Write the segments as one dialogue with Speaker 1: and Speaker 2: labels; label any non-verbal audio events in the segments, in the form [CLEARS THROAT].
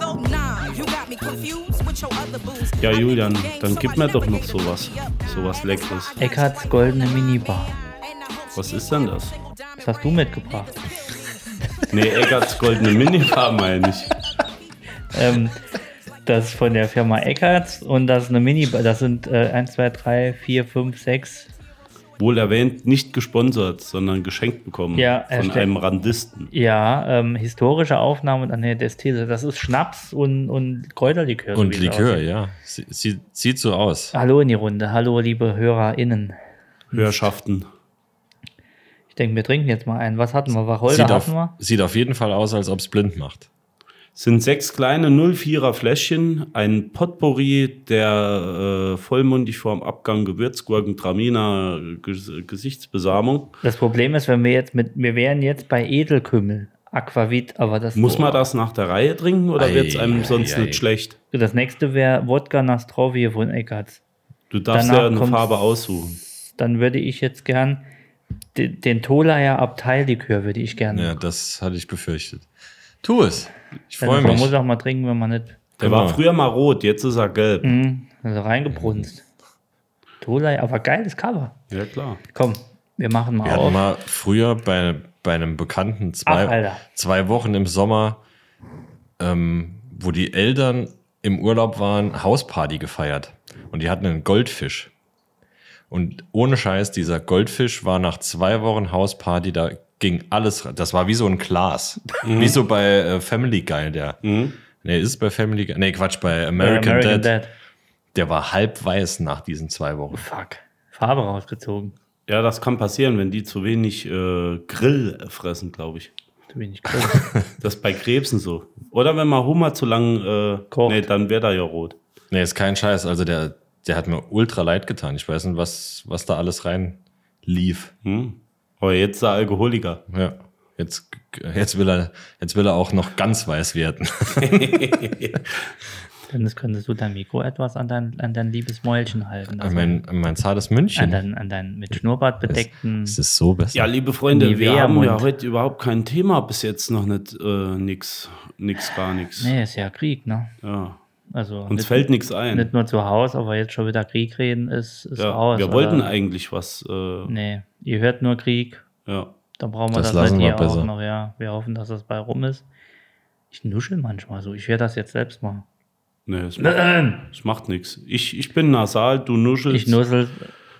Speaker 1: though? Nah, you got me confused with your other booze.
Speaker 2: Ja, Julian, dann gib mir doch noch sowas. Sowas Leckeres.
Speaker 3: Eckarts goldene Minibar.
Speaker 2: Was ist denn das?
Speaker 3: Das hast du mitgebracht.
Speaker 2: Nee, Eggerts goldene Minibar meine ich.
Speaker 3: ähm, das ist von der Firma Eckarts und das ist eine Minibar. Das sind äh, 1, 2, 3, 4, 5, 6.
Speaker 2: Wohl erwähnt, nicht gesponsert, sondern geschenkt bekommen
Speaker 3: Ja,
Speaker 2: von
Speaker 3: erstellt.
Speaker 2: einem Randisten.
Speaker 3: Ja, ähm, historische Aufnahmen an der Destille. Das ist Schnaps und, und Kräuterlikör. so
Speaker 4: Und
Speaker 3: wie es
Speaker 4: Likör,
Speaker 3: aussieht.
Speaker 4: ja. Sie, sie, sieht so aus.
Speaker 3: Hallo in die Runde. Hallo, liebe HörerInnen.
Speaker 2: Hörschaften.
Speaker 3: Ich denke, wir trinken jetzt mal einen. Was hatten wir? Wacholder
Speaker 4: Sieht auf,
Speaker 3: hatten wir?
Speaker 4: sieht auf jeden Fall aus, als ob es blind macht.
Speaker 2: Sind sechs kleine 04er Fläschchen, ein Potpourri der äh, vollmundig vorm Abgang Gewürzgurken, Traminer, Ges Gesichtsbesamung.
Speaker 3: Das Problem ist, wenn wir jetzt mit, wir wären jetzt bei Edelkümmel, Aquavit, aber das
Speaker 2: Muss man das nach der Reihe trinken oder
Speaker 4: Ei,
Speaker 2: wird es einem
Speaker 4: ei,
Speaker 2: sonst
Speaker 4: ei.
Speaker 2: nicht schlecht?
Speaker 3: Das nächste wäre Wodka Nastrovie von Eckarts.
Speaker 2: Du darfst
Speaker 3: Danach
Speaker 2: ja eine
Speaker 3: kommt's-
Speaker 2: Farbe aussuchen.
Speaker 3: Dann würde ich jetzt gern de- den Tolaer Abteillikör würde ich gerne.
Speaker 4: Ja, das hatte ich befürchtet. Tu es. Ich freue
Speaker 3: man
Speaker 4: mich.
Speaker 3: muss auch mal trinken, wenn man nicht
Speaker 2: Der
Speaker 4: Genau.
Speaker 2: war früher mal rot, jetzt ist er gelb.
Speaker 3: hm, also reingebrunst. Tolaer, aber geiles Cover.
Speaker 2: Ja, klar.
Speaker 3: Komm, wir machen mal
Speaker 4: Wir hatten
Speaker 3: auf.
Speaker 4: mal früher bei, bei einem Bekannten
Speaker 3: Ach,
Speaker 4: zwei,
Speaker 3: Alter.
Speaker 4: zwei Wochen im Sommer, ähm, wo die Eltern im Urlaub waren, Hausparty gefeiert. Und die hatten einen Goldfisch. Und ohne Scheiß, dieser Goldfisch war nach zwei Wochen Hausparty, da ging alles rein. Das war wie so ein Glas. Wie so bei äh, Family Guy, der. Nee, ist es bei Family Guy? Nee, Quatsch, bei American, Dad. Der war halb weiß nach diesen zwei Wochen.
Speaker 3: Fuck. Farbe rausgezogen.
Speaker 2: Ja, das kann passieren, wenn die zu wenig äh, Grill fressen, glaube ich.
Speaker 3: Zu wenig Kohle.
Speaker 4: [LAUGHS]
Speaker 2: Das ist bei Krebsen so. Oder wenn man Hummer zu lang äh,
Speaker 3: Kocht.
Speaker 2: Nee, dann wäre da ja rot.
Speaker 4: Nee, ist kein Scheiß. Also der, der hat mir ultra leid getan. Ich weiß nicht, was, was da alles rein lief.
Speaker 2: Hm. Aber jetzt ist er Alkoholiker.
Speaker 3: Hm.
Speaker 4: Ja. Jetzt, jetzt, will er, jetzt will er auch noch ganz weiß werden.
Speaker 3: Dennis, könntest du dein Mikro etwas an dein, an dein liebes Mäulchen halten?
Speaker 4: An
Speaker 3: Also
Speaker 4: [LAUGHS] mein, an mein zartes
Speaker 3: an
Speaker 4: München.
Speaker 3: dein, an dein mit Schnurrbart bedeckten.
Speaker 4: Es ist so besser.
Speaker 2: Ja,
Speaker 4: [LAUGHS]
Speaker 2: liebe Freunde,
Speaker 3: Die
Speaker 2: wir haben ja
Speaker 3: Wehrmund.
Speaker 2: heute überhaupt kein Thema bis jetzt noch nicht. Äh, nix, nix, gar nichts.
Speaker 3: nee, ist ja Krieg, ne?
Speaker 2: Ja.
Speaker 3: Also
Speaker 2: Uns
Speaker 3: nicht-
Speaker 2: fällt nichts ein.
Speaker 3: Nicht nur zu Hause, aber jetzt schon wieder Krieg reden ist, ist
Speaker 2: ja,
Speaker 3: raus.
Speaker 2: wir wollten
Speaker 3: oder?
Speaker 2: eigentlich was. Äh,
Speaker 3: Nee, ihr hört nur Krieg,
Speaker 2: ja.
Speaker 3: da brauchen wir
Speaker 4: Das
Speaker 3: das,
Speaker 4: lassen
Speaker 3: bei dir
Speaker 4: wir besser.
Speaker 3: auch noch, ja. Wir hoffen, dass das bei rum ist. Ich nuschel manchmal so, ich höre das jetzt selbst mal.
Speaker 2: Nee, es macht, es macht nichts. Ich, ich bin nasal, du nuschelst.
Speaker 3: Ich nuschel.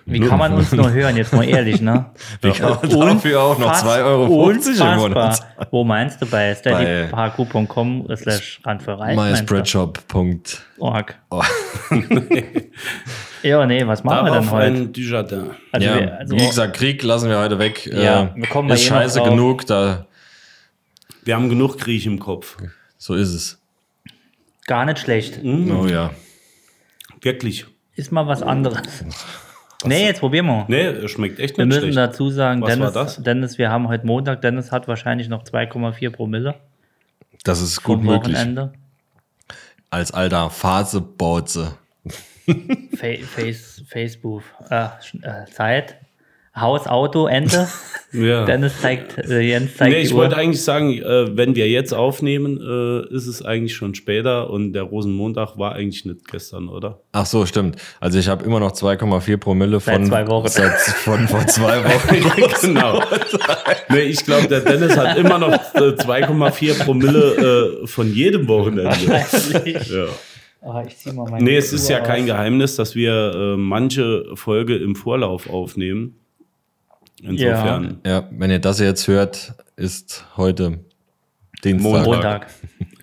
Speaker 3: Wie kann man uns nur hören, jetzt mal ehrlich, ne?
Speaker 4: Wie kann man dafür [LAUGHS] auch noch 2,50 Euro im Monat zahlen?
Speaker 3: Unfassbar. Wo meinst du bei
Speaker 4: Bei-
Speaker 3: steadyparku.com slash randverreich?
Speaker 4: MySpreadshop.org.
Speaker 3: Org.
Speaker 4: Oh.
Speaker 3: [LAUGHS] Ja, nee, was machen wir denn
Speaker 2: Darauf
Speaker 3: heute?
Speaker 2: ein Dujardin.
Speaker 3: Also
Speaker 4: ja,
Speaker 3: wir- also-
Speaker 4: wie gesagt, Krieg lassen wir heute weg. Äh,
Speaker 3: Ja, wir kommen bei
Speaker 4: ist
Speaker 3: jedem noch
Speaker 4: scheiße
Speaker 3: drauf.
Speaker 4: genug, da,
Speaker 2: Wir haben genug Griech im Kopf.
Speaker 4: so ist es.
Speaker 3: gar nicht schlecht.
Speaker 4: Oh ja.
Speaker 2: Wirklich.
Speaker 3: Ist mal was anderes. Nee, jetzt probieren wir.
Speaker 2: Nee, es schmeckt echt
Speaker 3: Wir
Speaker 2: nicht
Speaker 3: müssen
Speaker 2: schlecht.
Speaker 3: dazu sagen,
Speaker 2: Was war
Speaker 3: Dennis,
Speaker 2: das?
Speaker 3: Dennis, wir haben heute Montag, Dennis hat wahrscheinlich noch 2,4 Promille
Speaker 4: Das ist gut
Speaker 3: vom
Speaker 4: möglich.
Speaker 3: Wochenende.
Speaker 4: Als alter Phasebauze.
Speaker 3: Fa Face, Facebook, äh, Sch- äh, Zeit, Haus, Auto, Ente.
Speaker 2: [LAUGHS] ja.
Speaker 3: Dennis zeigt, äh, Jens zeigt
Speaker 2: Nee,
Speaker 3: die
Speaker 2: ich
Speaker 3: Uhr.
Speaker 2: wollte eigentlich sagen, äh, wenn wir jetzt aufnehmen, äh, ist es eigentlich schon später und der Rosenmontag war eigentlich nicht gestern, [LAUGHS] oder?
Speaker 4: Ach so, stimmt. Also ich habe immer noch 2,4 Promille von
Speaker 3: Seit zwei Wochen.
Speaker 4: Seit, von vor
Speaker 3: [LAUGHS]
Speaker 4: zwei Wochen.
Speaker 2: Genau. nee, ich glaube, der Dennis hat immer noch äh, 2,4 Promille äh, von jedem [LAUGHS] Wochenende. ja.
Speaker 3: Ah, ich zieh mal meine
Speaker 2: Nee, es ist
Speaker 3: Uhr
Speaker 2: ja kein
Speaker 3: aus.
Speaker 2: Geheimnis, dass wir äh, manche Folge im Vorlauf aufnehmen. Insofern.
Speaker 4: ja, wenn ihr das jetzt hört, ist heute Dienstag.
Speaker 3: Montag.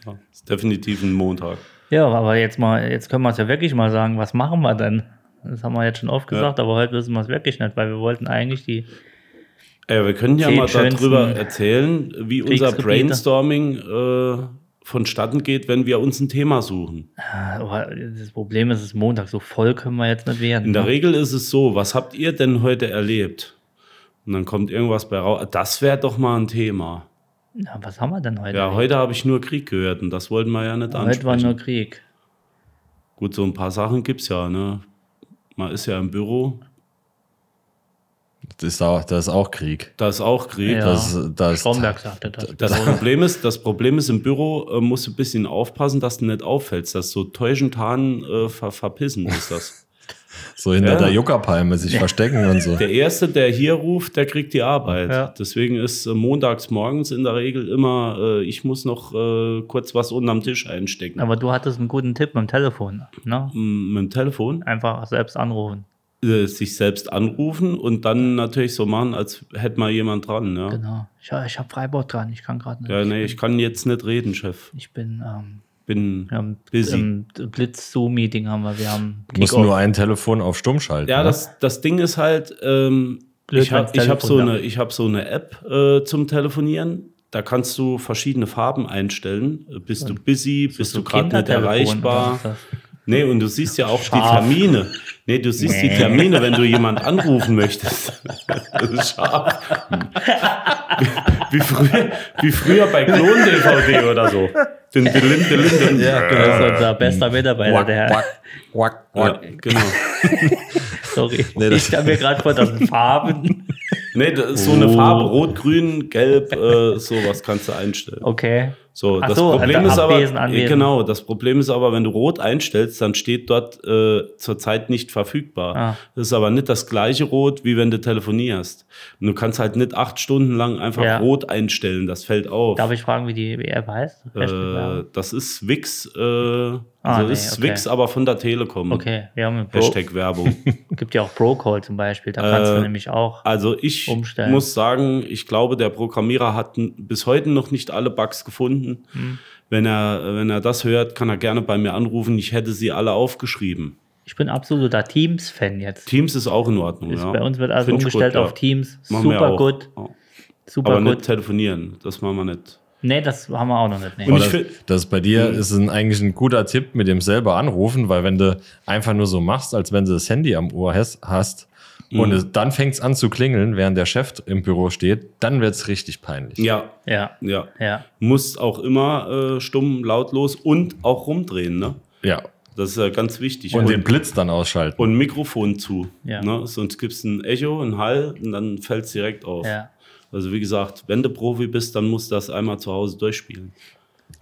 Speaker 2: Ja. Ist definitiv ein Montag.
Speaker 3: Ja, aber jetzt mal, jetzt können wir es ja wirklich mal sagen, was machen wir denn? Das haben wir jetzt schon oft gesagt, aber heute wissen wir es wirklich nicht, weil wir wollten eigentlich die
Speaker 2: Ja, Äh, wir können ja
Speaker 3: Zehn
Speaker 2: mal
Speaker 3: schönsten
Speaker 2: darüber erzählen, wie unser
Speaker 3: Kriegsgebiete.
Speaker 2: Brainstorming äh, vonstatten geht, wenn wir uns ein Thema suchen.
Speaker 3: äh, Aber das Problem ist, es ist Montag, so voll können wir jetzt nicht werden.
Speaker 2: In der
Speaker 3: ne?
Speaker 2: Regel ist es so, was habt ihr denn heute erlebt? Und dann kommt irgendwas bei raus. Das wäre doch mal ein Thema.
Speaker 3: Na, was haben wir denn heute?
Speaker 2: Ja, heute habe ich nur Krieg gehört und das wollten wir ja nicht
Speaker 3: Heute war
Speaker 2: ansprechen.
Speaker 3: nur Krieg.
Speaker 2: Gut, so ein paar Sachen gibt es ja, ne? Man ist ja im Büro,
Speaker 4: Das ist auch, das ist auch Krieg.
Speaker 2: da ist auch Krieg.
Speaker 3: Ja.
Speaker 4: Das, das,
Speaker 3: Stromberg sagte das.
Speaker 2: Das Problem ist, das Problem ist, im Büro äh, musst du ein bisschen aufpassen, dass du nicht auffällst. Das ist so täuschend Hahn äh, ver verpissen ist das.
Speaker 4: so hinter
Speaker 2: Ja.
Speaker 4: der Juckerpalme sich verstecken und so.
Speaker 2: Der Erste, der hier ruft, der kriegt die Arbeit.
Speaker 3: Ja.
Speaker 2: Deswegen ist äh, montags morgens in der Regel immer, äh, ich muss noch äh, kurz was unterm Tisch einstecken.
Speaker 3: Aber du hattest einen guten Tipp mit dem Telefon. Ne?
Speaker 2: M- mit dem Telefon,
Speaker 3: Einfach selbst anrufen.
Speaker 2: äh, sich selbst anrufen und dann natürlich so machen, als hätte mal jemand dran. Ja,
Speaker 3: Genau. Ich, ich habe Freiburg dran. Ich kann gerade nicht.
Speaker 2: ja nee, ich kann jetzt nicht reden, Chef.
Speaker 3: Ich bin ähm,
Speaker 2: Bin
Speaker 3: wir haben
Speaker 2: busy.
Speaker 3: ähm, Blitz-Zoom-Meeting haben wir. Wir haben
Speaker 4: Muss
Speaker 3: Kick-Off.
Speaker 4: nur ein Telefon auf Stumm schalten.
Speaker 2: Ja,
Speaker 4: ne?
Speaker 2: das, das Ding ist halt, ähm,
Speaker 3: Blöd,
Speaker 2: ich habe
Speaker 3: wenn's
Speaker 2: ich hab so,
Speaker 3: Telefon
Speaker 2: eine- ich hab so eine App äh, zum Telefonieren. Da kannst du verschiedene Farben einstellen. Äh, Bist du busy, bist
Speaker 3: So
Speaker 2: du gerade nicht
Speaker 3: Kindertelefon,
Speaker 2: erreichbar?
Speaker 3: oder was ist das?
Speaker 2: Nee, und du siehst ja auch
Speaker 3: Scharf.
Speaker 2: die Termine. Nee, du siehst die
Speaker 3: Nee.
Speaker 2: Termine, wenn du jemand anrufen möchtest. Das ist scharf. Wie, wie, früher, wie früher bei Klon-DVD oder so. Din, din, din, din, din.
Speaker 3: Ja, genau, das ist unser
Speaker 2: Hm.
Speaker 3: bester Mitarbeiter,
Speaker 4: Quack,
Speaker 3: der.
Speaker 4: quack, quack,
Speaker 2: Ja,
Speaker 4: quack.
Speaker 2: genau.
Speaker 3: Sorry.
Speaker 4: Nee, das-
Speaker 3: ich stelle mir gerade vor, das sind Farben.
Speaker 2: Nee, das ist so eine
Speaker 3: Oh.
Speaker 2: Farbe, rot, grün, gelb, äh, sowas kannst du einstellen.
Speaker 3: Okay.
Speaker 2: So,
Speaker 3: Ach
Speaker 2: das
Speaker 3: so,
Speaker 2: Problem
Speaker 3: also
Speaker 2: ist aber,
Speaker 3: abwesen, anwesen.
Speaker 2: genau, das Problem ist aber, wenn du rot einstellst, dann steht dort äh, zurzeit nicht verfügbar.
Speaker 3: Ah.
Speaker 2: Das ist aber nicht das gleiche Rot, wie wenn du telefonierst. Und du kannst halt nicht acht Stunden lang einfach
Speaker 3: Ja.
Speaker 2: rot einstellen, das fällt auf.
Speaker 3: Darf ich fragen, wie die App heißt?
Speaker 2: äh, das ist Wix, äh, also
Speaker 3: Ah, nee,
Speaker 2: ist
Speaker 3: okay.
Speaker 2: Wix, aber von der Telekom.
Speaker 3: Okay, wir haben einen Pro.
Speaker 2: Hashtag Werbung.
Speaker 3: Gibt ja auch Procall zum Beispiel. Da kannst
Speaker 2: Äh,
Speaker 3: du nämlich auch.
Speaker 2: Also ich
Speaker 3: Umstellen.
Speaker 2: muss sagen, ich glaube, der Programmierer hat n- bis heute noch nicht alle Bugs gefunden.
Speaker 3: Hm.
Speaker 2: Wenn, er, wenn er das hört, kann er gerne bei mir anrufen. Ich hätte sie alle aufgeschrieben.
Speaker 3: Ich bin absoluter Teams-Fan jetzt.
Speaker 2: Teams ist auch in Ordnung.
Speaker 3: Ist
Speaker 2: ja.
Speaker 3: bei uns wird alles
Speaker 2: Find ich
Speaker 3: umgestellt
Speaker 2: gut, ja.
Speaker 3: auf Teams.
Speaker 2: Machen wir
Speaker 3: super
Speaker 2: auch.
Speaker 3: gut.
Speaker 2: Ja.
Speaker 3: Super
Speaker 2: Aber nicht
Speaker 3: gut.
Speaker 2: telefonieren, das machen wir nicht.
Speaker 3: Nee, das haben wir auch noch nicht. Nee.
Speaker 2: Und
Speaker 4: Aber
Speaker 2: ich
Speaker 4: das,
Speaker 2: find- Mhm.
Speaker 4: das bei dir ist ein, eigentlich ein guter Tipp mit dem selber anrufen, weil wenn du einfach nur so machst, als wenn du das Handy am Ohr hast, hast
Speaker 2: Mhm.
Speaker 4: und es, dann fängt es an zu klingeln, während der Chef im Büro steht, dann wird es richtig peinlich.
Speaker 2: Ja,
Speaker 3: Ja.
Speaker 2: ja.
Speaker 3: Ja.
Speaker 2: Muss auch immer äh, stumm, lautlos und auch rumdrehen. Ne?
Speaker 4: Ja.
Speaker 2: Das ist ja ganz wichtig.
Speaker 4: Und den Blitz dann ausschalten.
Speaker 2: und Mikrofon zu.
Speaker 3: Ja.
Speaker 2: Ne? Sonst gibt es ein Echo, ein Hall und dann fällt es direkt auf.
Speaker 3: Ja.
Speaker 2: Also wie gesagt, wenn du Profi bist, dann musst du das einmal zu Hause durchspielen.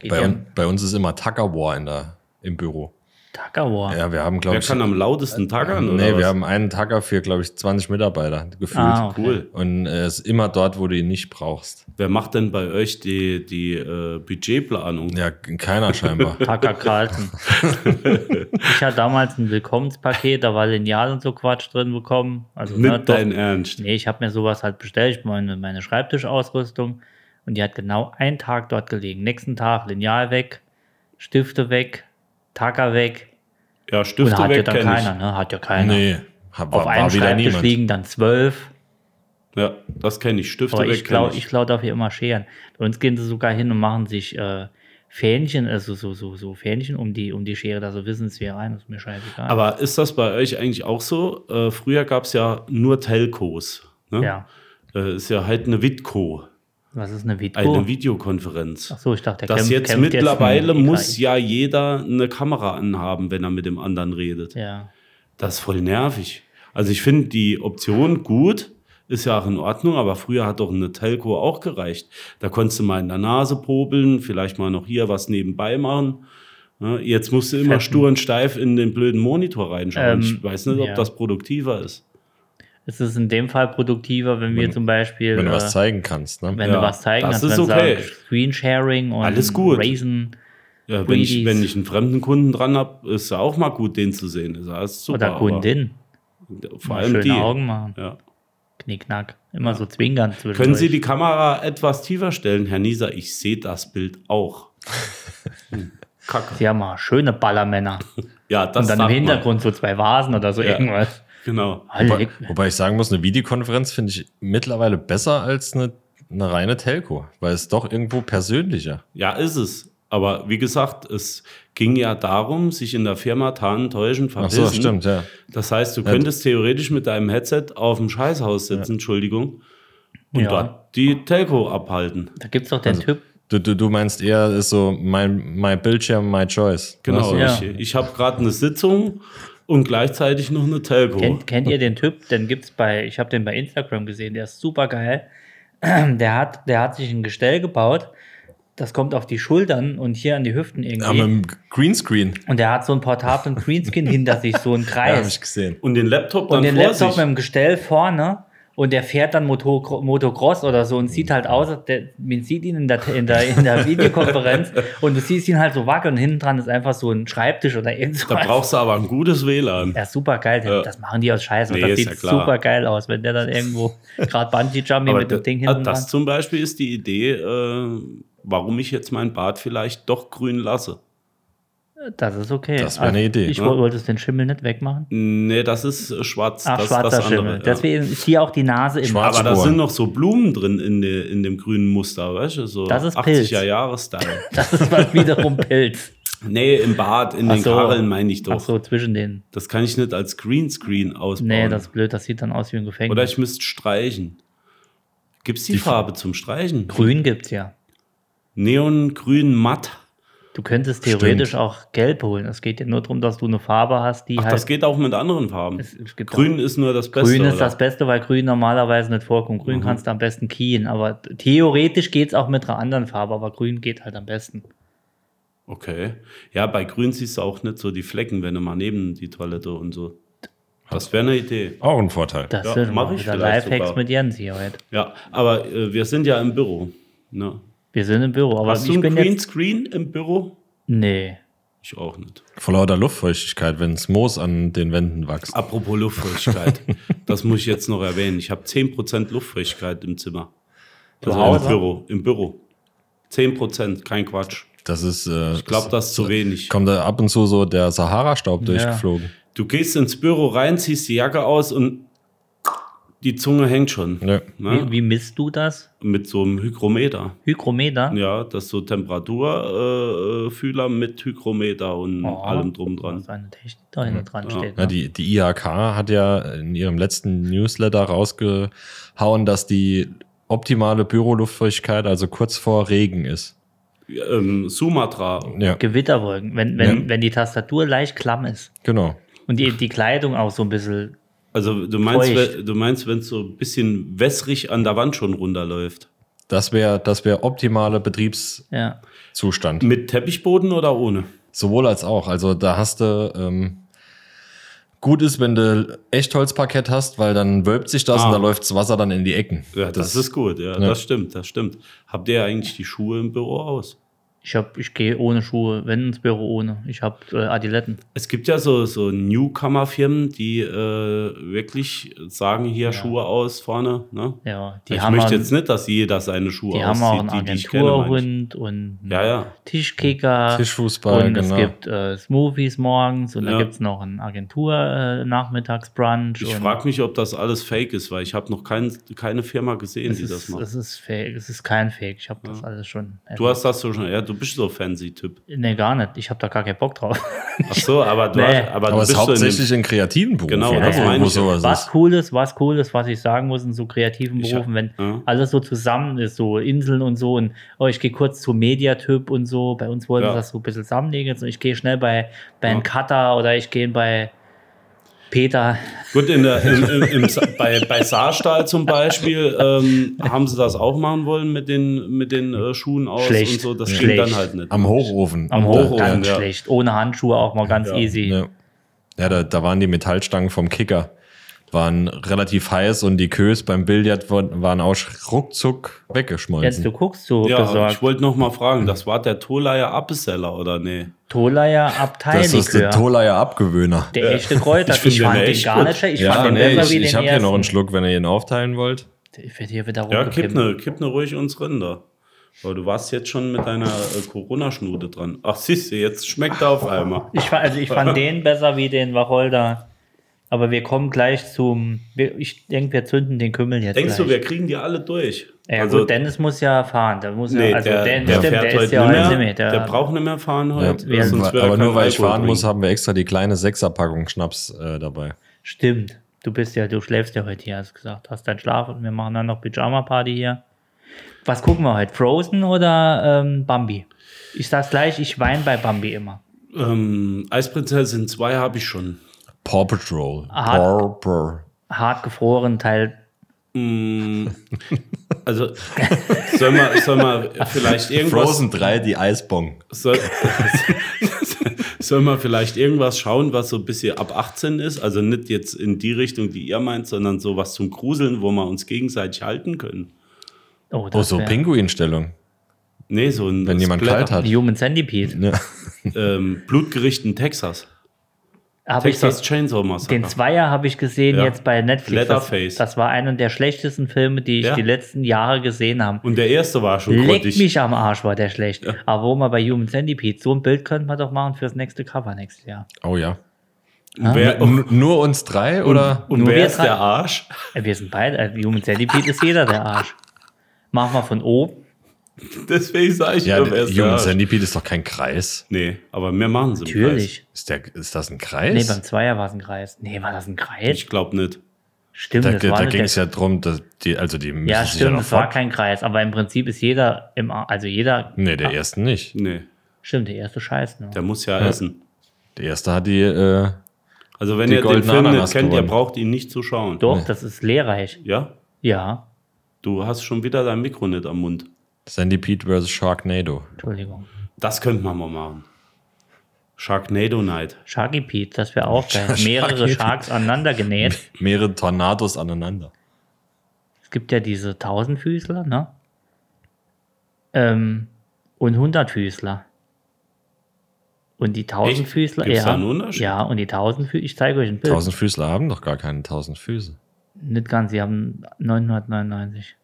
Speaker 3: Geht
Speaker 4: bei,
Speaker 3: ja.
Speaker 4: un, bei uns ist immer Tucker War in der, im Büro.
Speaker 3: Tucker War.
Speaker 4: Ja, wir haben, glaube
Speaker 2: Wer
Speaker 4: ich.
Speaker 2: kann am lautesten tackern? oder
Speaker 4: nee,
Speaker 2: was?
Speaker 4: wir haben einen Tucker für, glaube ich, 20 Mitarbeiter gefühlt.
Speaker 3: Ah, okay.
Speaker 2: Cool.
Speaker 4: Und er ist immer dort, wo du ihn nicht brauchst.
Speaker 2: Wer macht denn bei euch die, die äh, Budgetplanung?
Speaker 4: Ja, keiner
Speaker 2: [LAUGHS]
Speaker 4: scheinbar.
Speaker 3: Tucker Carlson. ich hatte damals ein Willkommenspaket, da war Lineal und so Quatsch drin bekommen. Also,
Speaker 2: Nicht
Speaker 3: ne, doch-
Speaker 2: dein Ernst.
Speaker 3: Nee, ich habe mir sowas halt bestellt, ich meine, meine Schreibtischausrüstung. Und die hat genau einen Tag dort gelegen. Nächsten Tag Lineal weg, Stifte weg, Tacker weg.
Speaker 2: Ja,
Speaker 3: Und
Speaker 2: Stifte
Speaker 3: hat ja
Speaker 2: weg
Speaker 3: dann
Speaker 2: kenn
Speaker 3: keiner, ne? Hat ja keiner.
Speaker 4: nee, hab,
Speaker 3: Auf
Speaker 4: war,
Speaker 3: einem
Speaker 4: war wieder
Speaker 3: Schreibtisch
Speaker 4: niemand.
Speaker 3: liegen dann zwölf.
Speaker 2: ich. Ja, das kenne ich. Stifte
Speaker 3: Aber
Speaker 2: weg
Speaker 3: ich klau,
Speaker 2: kenn
Speaker 3: ich klau dafür immer Scheren. Bei uns gehen sie sogar hin und machen sich äh, Fähnchen, also so, so, so Fähnchen um die, um die Schere, da so wissen es wir rein, ist mir scheißegal.
Speaker 2: Aber ist das bei euch eigentlich auch so? Äh, früher gab es ja nur Telcos. Ne?
Speaker 3: ja.
Speaker 2: Äh, ist ja halt eine Vidco,
Speaker 3: Was ist eine Video?
Speaker 2: eine Videokonferenz.
Speaker 3: Oh. Ach so, ich dachte, der
Speaker 2: Das
Speaker 3: kämpft-
Speaker 2: jetzt
Speaker 3: kämpft
Speaker 2: mittlerweile
Speaker 3: mit
Speaker 2: muss
Speaker 3: EKI.
Speaker 2: ja jeder eine Kamera anhaben, wenn er mit dem anderen redet.
Speaker 3: Ja.
Speaker 2: Das ist voll nervig. Also ich finde die Option gut, ist ja auch in Ordnung, aber früher hat doch eine Telco auch gereicht. Da konntest du mal in der Nase popeln, vielleicht mal noch hier was nebenbei machen. Ja, Jetzt musst du immer
Speaker 3: Fetten.
Speaker 2: stur und steif in den blöden Monitor reinschauen.
Speaker 3: Ähm,
Speaker 2: ich weiß nicht, ob
Speaker 3: ja.
Speaker 2: das produktiver ist.
Speaker 3: Es ist in dem Fall produktiver, wenn, wir zum Beispiel,
Speaker 4: Wenn du was
Speaker 3: äh,
Speaker 4: zeigen kannst, ne?
Speaker 3: wenn
Speaker 2: Ja,
Speaker 3: du was zeigen
Speaker 2: das
Speaker 3: kannst,
Speaker 2: ist
Speaker 3: dann
Speaker 2: okay.
Speaker 3: sagen, Screensharing und
Speaker 2: Alles gut.
Speaker 3: Raisen
Speaker 2: Ja, wenn, ich,
Speaker 3: Greedies.
Speaker 2: wenn ich einen fremden Kunden dran habe, ist ja auch mal gut, den zu sehen. Ist ja alles super,
Speaker 3: oder
Speaker 2: aber
Speaker 3: Kundin.
Speaker 2: Vor
Speaker 3: Mal
Speaker 2: allem
Speaker 3: schöne
Speaker 2: die.
Speaker 3: Augen machen.
Speaker 2: Ja.
Speaker 3: Knickknack. Immer so zwinkern zwischendurch.
Speaker 2: Können Sie die Kamera etwas tiefer stellen, Herr Nieser? Ich sehe das Bild auch. Hm, Kacke.
Speaker 3: Sie haben mal schöne Ballermänner.
Speaker 2: Ja, das
Speaker 3: Und dann im
Speaker 2: sagt man.
Speaker 3: Hintergrund so zwei Vasen oder so
Speaker 2: Ja.
Speaker 3: irgendwas.
Speaker 2: Genau.
Speaker 3: Ah,
Speaker 4: Wobei,
Speaker 3: leck-
Speaker 4: wobei ich sagen muss, eine Videokonferenz finde ich mittlerweile besser als eine, eine reine Telco, weil es doch irgendwo persönlicher.
Speaker 2: Ja, ist es. Aber wie gesagt, es ging ja darum, sich in der Firma tarnen, täuschen,
Speaker 4: Ach so,
Speaker 2: verpissen.
Speaker 4: stimmt, ja.
Speaker 2: Das heißt, du könntest theoretisch mit deinem Headset auf dem Scheißhaus sitzen, Entschuldigung, und
Speaker 3: Ja.
Speaker 2: dort die Telco abhalten.
Speaker 3: Da gibt es doch den Typ,
Speaker 4: Du, du, du meinst eher, ist so mein, my Bildschirm, my choice.
Speaker 2: Genau,
Speaker 4: Also,
Speaker 3: Ja.
Speaker 2: ich, ich habe gerade eine Sitzung und gleichzeitig noch eine Telco.
Speaker 3: Kennt, kennt ihr den Typ? Den gibt's bei, ich habe den bei Instagram gesehen, der ist super geil. [CLEARS THROAT] Der hat, der hat sich ein Gestell gebaut, das kommt auf die Schultern und hier an die Hüften
Speaker 4: Ja, Ah, mit
Speaker 3: irgendwie.
Speaker 4: dem Greenscreen.
Speaker 3: und der hat so einen portablen Greenskin hinter sich, so einen
Speaker 4: [LAUGHS] Ja, habe ich
Speaker 3: Kreis.
Speaker 4: gesehen.
Speaker 2: Und den Laptop dann
Speaker 3: und den
Speaker 2: vor
Speaker 3: Laptop
Speaker 2: sich.
Speaker 3: mit dem Gestell vorne und der fährt dann Moto, Motocross oder so und sieht halt aus, der, man sieht ihn in der, in der, in
Speaker 4: [LAUGHS]
Speaker 3: der Videokonferenz und du siehst ihn halt so wackeln und hinten dran ist einfach so ein Schreibtisch oder irgendwas.
Speaker 2: da brauchst du aber ein gutes WLAN.
Speaker 3: Ja, super geil.
Speaker 2: Ja.
Speaker 3: Das machen die aus Scheiße.
Speaker 2: Nee,
Speaker 3: und das
Speaker 2: ist
Speaker 3: sieht
Speaker 2: ja klar.
Speaker 3: super geil aus, wenn der
Speaker 2: [LAUGHS]
Speaker 3: dann irgendwo gerade Bungee Jumping mit
Speaker 2: da-
Speaker 3: dem Ding hinten
Speaker 2: ah, das
Speaker 3: dran.
Speaker 2: zum Beispiel ist die Idee, äh, warum ich jetzt mein Bad vielleicht doch grün lasse.
Speaker 3: Das ist okay. Also,
Speaker 4: Das wäre eine Idee,
Speaker 3: Ich
Speaker 4: ne?
Speaker 3: woll- wollte es den Schimmel nicht wegmachen.
Speaker 2: Nee, das ist äh, schwarz.
Speaker 3: Ach,
Speaker 2: das,
Speaker 3: schwarzer
Speaker 2: das andere,
Speaker 3: Schimmel.
Speaker 2: ja.
Speaker 3: Deswegen ist hier auch die Nase im
Speaker 4: Schwarz-
Speaker 2: Aber da
Speaker 4: Spuren.
Speaker 2: sind noch so Blumen drin in, de, in dem grünen Muster, weißt du? So
Speaker 3: Das ist Pilz.
Speaker 2: 80er-Jahre-Style.
Speaker 3: [LAUGHS] Das ist was
Speaker 2: [LAUGHS]
Speaker 3: wiederum Pilz.
Speaker 2: nee, im Bad, in
Speaker 3: Ach
Speaker 2: den
Speaker 3: so.
Speaker 2: Karren meine ich
Speaker 3: Ach
Speaker 2: doch.
Speaker 3: so, zwischen den.
Speaker 2: Das kann ich nicht als Greenscreen ausbauen.
Speaker 3: Nee, das ist blöd. Das sieht dann aus wie ein Gefängnis.
Speaker 2: Oder ich müsste streichen. Gibt es die, Farbe zum Streichen?
Speaker 3: Grün gibt's ja.
Speaker 2: Neongrün matt.
Speaker 3: Du könntest
Speaker 4: Stimmt.
Speaker 3: theoretisch auch Gelb holen. Es geht ja nur darum, dass du eine Farbe hast, die
Speaker 2: Ach,
Speaker 3: halt.
Speaker 2: das geht auch mit anderen Farben.
Speaker 3: Es- es gibt
Speaker 2: Grün ist Mhm. nur das Beste.
Speaker 3: Grün ist
Speaker 2: oder?
Speaker 3: das Beste, weil Grün normalerweise nicht vorkommt. Grün kannst du am besten kiehen, aber theoretisch geht es auch mit einer anderen Farbe, aber Grün geht halt am besten.
Speaker 2: Okay. Ja, bei Grün siehst du auch nicht so die Flecken, wenn du mal neben die Toilette und so. Das wäre eine Idee.
Speaker 4: Auch ein Vorteil.
Speaker 3: Das
Speaker 2: Ja,
Speaker 3: sind
Speaker 2: mach
Speaker 3: mal
Speaker 2: ich
Speaker 3: wieder
Speaker 2: vielleicht
Speaker 3: Lifehacks
Speaker 2: sogar.
Speaker 3: mit Jens hier heute.
Speaker 2: Ja, aber äh, wir sind ja im Büro. Ne?
Speaker 3: Wir sind im Büro, aber
Speaker 2: Hast du
Speaker 3: ich
Speaker 2: einen
Speaker 3: bin jetzt.
Speaker 2: Greenscreen im Büro?
Speaker 3: Nee.
Speaker 2: Ich auch nicht.
Speaker 4: Vor lauter Luftfeuchtigkeit, wenns Moos an den Wänden wächst.
Speaker 2: Apropos Luftfeuchtigkeit. [LAUGHS] das muss ich jetzt noch erwähnen. Ich habe 10% Luftfeuchtigkeit im Zimmer. Also
Speaker 3: Hause?
Speaker 2: im Büro. Im Büro. 10%, kein Quatsch.
Speaker 4: Das ist, äh,
Speaker 2: Ich glaube, das ist zu wenig.
Speaker 4: kommt da ab und zu so der Sahara-Staub durchgeflogen.
Speaker 2: Du gehst ins Büro rein, ziehst die Jacke aus und die Zunge hängt schon.
Speaker 4: Ja.
Speaker 2: Ne?
Speaker 3: Wie, wie misst du das?
Speaker 2: Mit so einem Hygrometer.
Speaker 3: Hygrometer?
Speaker 2: Ja, das ist so Temperaturfühler äh, Fühler mit Hygrometer und
Speaker 3: Oh,
Speaker 2: allem drum
Speaker 3: Da
Speaker 2: dran.
Speaker 3: ist eine Technik da hinten dran steht. ne?
Speaker 4: Ja, die, die IHK hat ja in ihrem letzten Newsletter rausgehauen, dass die optimale Büroluftfeuchtigkeit also kurz vor Regen ist.
Speaker 2: Ähm, Sumatra.
Speaker 4: Ja,
Speaker 3: Gewitterwolken, wenn, wenn, wenn die Tastatur leicht klamm ist
Speaker 4: genau.
Speaker 3: und die, die Kleidung auch so ein bisschen.
Speaker 2: Also du meinst,
Speaker 3: Feucht.
Speaker 2: wenn- du meinst, wenn es so ein bisschen wässrig an der Wand schon runterläuft.
Speaker 4: Das wäre das wär optimale Betriebszustand.
Speaker 3: Ja.
Speaker 2: Mit Teppichboden oder ohne?
Speaker 4: Sowohl als auch. Also da hast du ähm, gut ist, wenn du Echtholzparkett hast, weil dann wölbt sich das
Speaker 2: Ah.
Speaker 4: und da läuft das Wasser dann in die Ecken.
Speaker 2: Ja, das, ist gut, ja, das stimmt, das stimmt. Habt ihr eigentlich die Schuhe im Büro aus?
Speaker 3: Ich, hab- ich gehe ohne Schuhe, wenn ins Büro ohne. Ich habe äh, Adiletten.
Speaker 2: Es gibt ja so, so Newcomer-Firmen, die äh, wirklich sagen, hier Schuhe aus vorne. Ne?
Speaker 3: Ja, die
Speaker 2: ich
Speaker 3: haben
Speaker 2: möchte
Speaker 3: einen-
Speaker 2: jetzt nicht, dass jeder seine Schuhe
Speaker 3: Die haben auch
Speaker 2: auszieht,
Speaker 3: einen
Speaker 2: die, die ich kenne. meine ich.
Speaker 3: Agenturhund und einen
Speaker 2: Ja, ja.
Speaker 3: Tischkicker.
Speaker 4: Tischfußball,
Speaker 3: und
Speaker 4: genau.
Speaker 3: es gibt äh, Smoothies morgens und
Speaker 2: Ja.
Speaker 3: dann gibt es noch einen äh, Agentur-Nachmittagsbrunch.
Speaker 2: Ich frage mich, ob das alles fake ist, weil ich habe noch kein, keine Firma gesehen,
Speaker 3: es
Speaker 2: die das
Speaker 3: ist,
Speaker 2: macht.
Speaker 3: es ist fake, es ist kein Fake. Ich habe das alles schon.
Speaker 2: Du hast das so schon, ja, du bist so Fancy-Typ.
Speaker 3: nee, gar nicht. Ich habe da gar keinen Bock drauf.
Speaker 2: Ach so, aber du,
Speaker 3: Nee.
Speaker 2: hast, aber du
Speaker 4: Aber es
Speaker 2: bist so
Speaker 4: ist
Speaker 2: in dem
Speaker 4: hauptsächlich in, kreativen Berufen,
Speaker 2: Genau,
Speaker 4: oder?
Speaker 2: das
Speaker 4: Wo-
Speaker 2: meine
Speaker 4: wo
Speaker 2: ich ja.
Speaker 4: sowas
Speaker 3: was
Speaker 4: ist.
Speaker 3: Cooles, was Cooles, was ich sagen muss, in so kreativen
Speaker 2: Ich
Speaker 3: Berufen,
Speaker 2: hab-
Speaker 3: wenn
Speaker 2: ja.
Speaker 3: alles so zusammen ist, so Inseln und so und oh, ich gehe kurz zu Mediatyp und so, bei uns wollen
Speaker 2: Ja.
Speaker 3: wir das so ein bisschen zusammenlegen und ich gehe schnell bei, bei
Speaker 2: Ja.
Speaker 3: einem Cutter oder ich gehe bei Peter.
Speaker 2: Gut, in der, in, im, im, Sa- bei, bei Saarstahl zum Beispiel ähm, haben sie das auch machen wollen mit den, mit den äh, Schuhen aus
Speaker 3: Schlecht.
Speaker 2: und so. Das
Speaker 3: Ja.
Speaker 2: ging dann
Speaker 3: Schlecht.
Speaker 2: halt nicht.
Speaker 4: Am Hochofen.
Speaker 3: Am
Speaker 4: Da-
Speaker 3: Hoch
Speaker 2: Hochofen,
Speaker 3: ganz
Speaker 2: ja.
Speaker 3: schlecht. Ohne Handschuhe auch mal ganz
Speaker 2: Ja.
Speaker 3: easy.
Speaker 4: Ja, ja da, da waren die Metallstangen vom Kicker. Waren relativ heiß und die Kös beim Billard wa- waren auch sch- ruckzuck
Speaker 3: Jetzt,
Speaker 4: weggeschmolzen.
Speaker 3: du guckst so
Speaker 2: also. ja, ich
Speaker 3: besorgt.
Speaker 2: wollte noch mal fragen, das war der Toleier Appeseller oder nee?
Speaker 3: Toleier
Speaker 4: Das ist der
Speaker 3: Abteilikör.
Speaker 4: Tolayer Abgewöhner.
Speaker 3: der echte
Speaker 2: [LAUGHS]
Speaker 3: Kräuter.
Speaker 2: Ich find
Speaker 3: Ich,
Speaker 2: den
Speaker 3: fand den
Speaker 2: echt
Speaker 3: gar
Speaker 2: gut.
Speaker 3: nicht schlecht. Ich
Speaker 4: Ja,
Speaker 3: fand den
Speaker 4: nee,
Speaker 3: besser
Speaker 4: ich,
Speaker 3: wie den
Speaker 4: ich habe hier
Speaker 3: ersten.
Speaker 4: noch einen Schluck, wenn ihr ihn aufteilen wollt.
Speaker 3: Ich werde hier wieder
Speaker 2: Ja, kipp ne,
Speaker 3: rumgekippt.
Speaker 2: kipp ne ruhig uns Rinder. Aber du warst jetzt schon mit deiner äh, Corona-Schnude dran. Ach, siehst du, jetzt schmeckt er auf einmal.
Speaker 3: Ich, fa- also
Speaker 2: [LAUGHS]
Speaker 3: ich fand den besser wie den Wacholder. Aber wir kommen gleich zum. wir- Ich denke, wir zünden den Kümmel jetzt.
Speaker 2: Denkst
Speaker 3: gleich.
Speaker 2: du, wir kriegen die alle durch?
Speaker 3: Ja,
Speaker 2: Also-
Speaker 3: gut, Dennis muss ja fahren. Der muss
Speaker 2: Nee,
Speaker 3: ja, also
Speaker 2: der,
Speaker 3: Dan-
Speaker 2: der
Speaker 3: stimmt,
Speaker 2: fährt
Speaker 3: der
Speaker 2: heute
Speaker 3: ist ja
Speaker 2: nicht
Speaker 3: heute
Speaker 2: mehr.
Speaker 3: mit,
Speaker 2: Der, braucht nicht mehr fahren heute.
Speaker 3: Ja,
Speaker 2: sonst
Speaker 4: aber
Speaker 2: würde er
Speaker 4: aber
Speaker 2: keinen
Speaker 4: nur weil ich
Speaker 2: Alkohol
Speaker 4: fahren muss,
Speaker 2: trinken.
Speaker 4: haben wir extra die kleine Sechserpackung Schnaps äh, dabei.
Speaker 3: Stimmt. Du bist ja, du schläfst ja heute hier, hast gesagt. Hast deinen Schlaf und wir machen dann noch Pyjama-Party hier. Was gucken wir heute? Frozen oder ähm, Bambi? Ich sag's gleich, ich weine bei Bambi immer.
Speaker 2: Ähm, Eisprinzessin 2 habe ich schon.
Speaker 4: Paw Patrol.
Speaker 3: Aha.
Speaker 4: Paw Patrol.
Speaker 3: Hart gefroren, Teil.
Speaker 2: Also,
Speaker 3: [LAUGHS]
Speaker 2: soll man, soll man vielleicht irgendwas.
Speaker 4: Frozen 3, die Eisbong.
Speaker 2: Soll, [LAUGHS] soll man vielleicht irgendwas schauen, was so ein bisschen ab 18 ist? Also nicht jetzt in die Richtung, die ihr meint, sondern sowas zum Gruseln, wo wir uns gegenseitig halten können.
Speaker 3: Oh,
Speaker 4: Oh,
Speaker 3: das
Speaker 4: so
Speaker 3: wär-
Speaker 4: Pinguinstellung.
Speaker 2: Nee, so ein
Speaker 4: Wenn jemand
Speaker 2: Splatter-
Speaker 4: kalt hat.
Speaker 3: Human Centipede.
Speaker 4: Ja.
Speaker 2: Ähm, Blutgericht in Texas.
Speaker 3: Hab ich
Speaker 2: Texas
Speaker 3: den,
Speaker 2: Chainsaw Massacre.
Speaker 3: den Zweier habe ich gesehen
Speaker 2: Genau. Ja.
Speaker 3: jetzt bei Netflix. Das,
Speaker 2: Leatherface.
Speaker 3: das war einer der schlechtesten Filme, die ich
Speaker 2: Ja.
Speaker 3: die letzten Jahre gesehen habe.
Speaker 2: Und der erste war schon
Speaker 3: Leck
Speaker 2: grottig.
Speaker 3: mich am Arsch, war der schlecht. Aber wo man bei Human Centipede, so ein Bild könnten wir doch machen fürs nächste Cover nächstes Jahr.
Speaker 4: Oh ja.
Speaker 2: Und wer,
Speaker 4: N- Nur uns drei oder?
Speaker 2: und
Speaker 3: Nur wir
Speaker 2: wer ist
Speaker 3: drei.
Speaker 2: der Arsch? [LAUGHS]
Speaker 3: Äh, Wir sind beide, äh, Human Centipede ist jeder der Arsch. Mach mal von oben.
Speaker 2: Deswegen sage ich
Speaker 4: Ja,
Speaker 2: nur, wer ist der
Speaker 4: Human
Speaker 2: Arsch?
Speaker 4: Centipede ist doch kein Kreis.
Speaker 2: Nee, aber wir machen sie.
Speaker 3: Natürlich.
Speaker 4: Ist, der, ist das
Speaker 3: Nee,
Speaker 4: ein Kreis?
Speaker 3: beim Zweier war es ein Kreis. Nee, war das ein Kreis?
Speaker 2: Ich glaube nicht.
Speaker 3: Stimmt,
Speaker 4: da
Speaker 3: das war
Speaker 4: da
Speaker 3: nicht
Speaker 4: ging
Speaker 3: der-
Speaker 4: es ja drum, dass die, also die müssen
Speaker 3: Ja,
Speaker 4: sich ja
Speaker 3: stimmt,
Speaker 4: noch
Speaker 3: es war
Speaker 4: fort.
Speaker 3: kein Kreis. Aber im Prinzip ist jeder im Ar also jeder.
Speaker 4: Nee, der erste nicht.
Speaker 2: Nee,
Speaker 3: Stimmt, der erste Scheiß. Ne?
Speaker 2: der muss ja, essen.
Speaker 4: Der erste hat die, äh,
Speaker 2: Also wenn
Speaker 4: Die
Speaker 2: ihr den
Speaker 4: goldene
Speaker 2: Film
Speaker 4: Ananas
Speaker 2: nicht kennt, ihr
Speaker 4: gewonnen.
Speaker 2: braucht ihn nicht zu schauen.
Speaker 3: Doch, das ist lehrreich.
Speaker 2: Ja?
Speaker 3: Ja,
Speaker 2: Du hast schon wieder dein Mikro nicht am Mund.
Speaker 4: Centipede vs. Sharknado.
Speaker 3: Entschuldigung.
Speaker 2: Das könnte man mal machen. Sharknado Night.
Speaker 3: Sharky Pete, das wäre auch
Speaker 2: [LAUGHS]
Speaker 3: geil.
Speaker 4: Sharky
Speaker 3: Mehrere
Speaker 4: Pete.
Speaker 3: Sharks aneinander
Speaker 2: Hm.
Speaker 3: genäht.
Speaker 4: Mehrere Tornados aneinander.
Speaker 3: Es gibt ja diese Tausendfüßler, ne? Ähm, und Hundertfüßler. Und die Tausendfüßler,
Speaker 2: Gibt's
Speaker 3: ja.
Speaker 2: da einen Unterschied?
Speaker 3: Ja, und die Tausendfüßler, ich zeige euch ein Bild.
Speaker 4: Tausend Füßler haben doch gar keine tausend Füße.
Speaker 3: Nicht ganz, sie haben 999.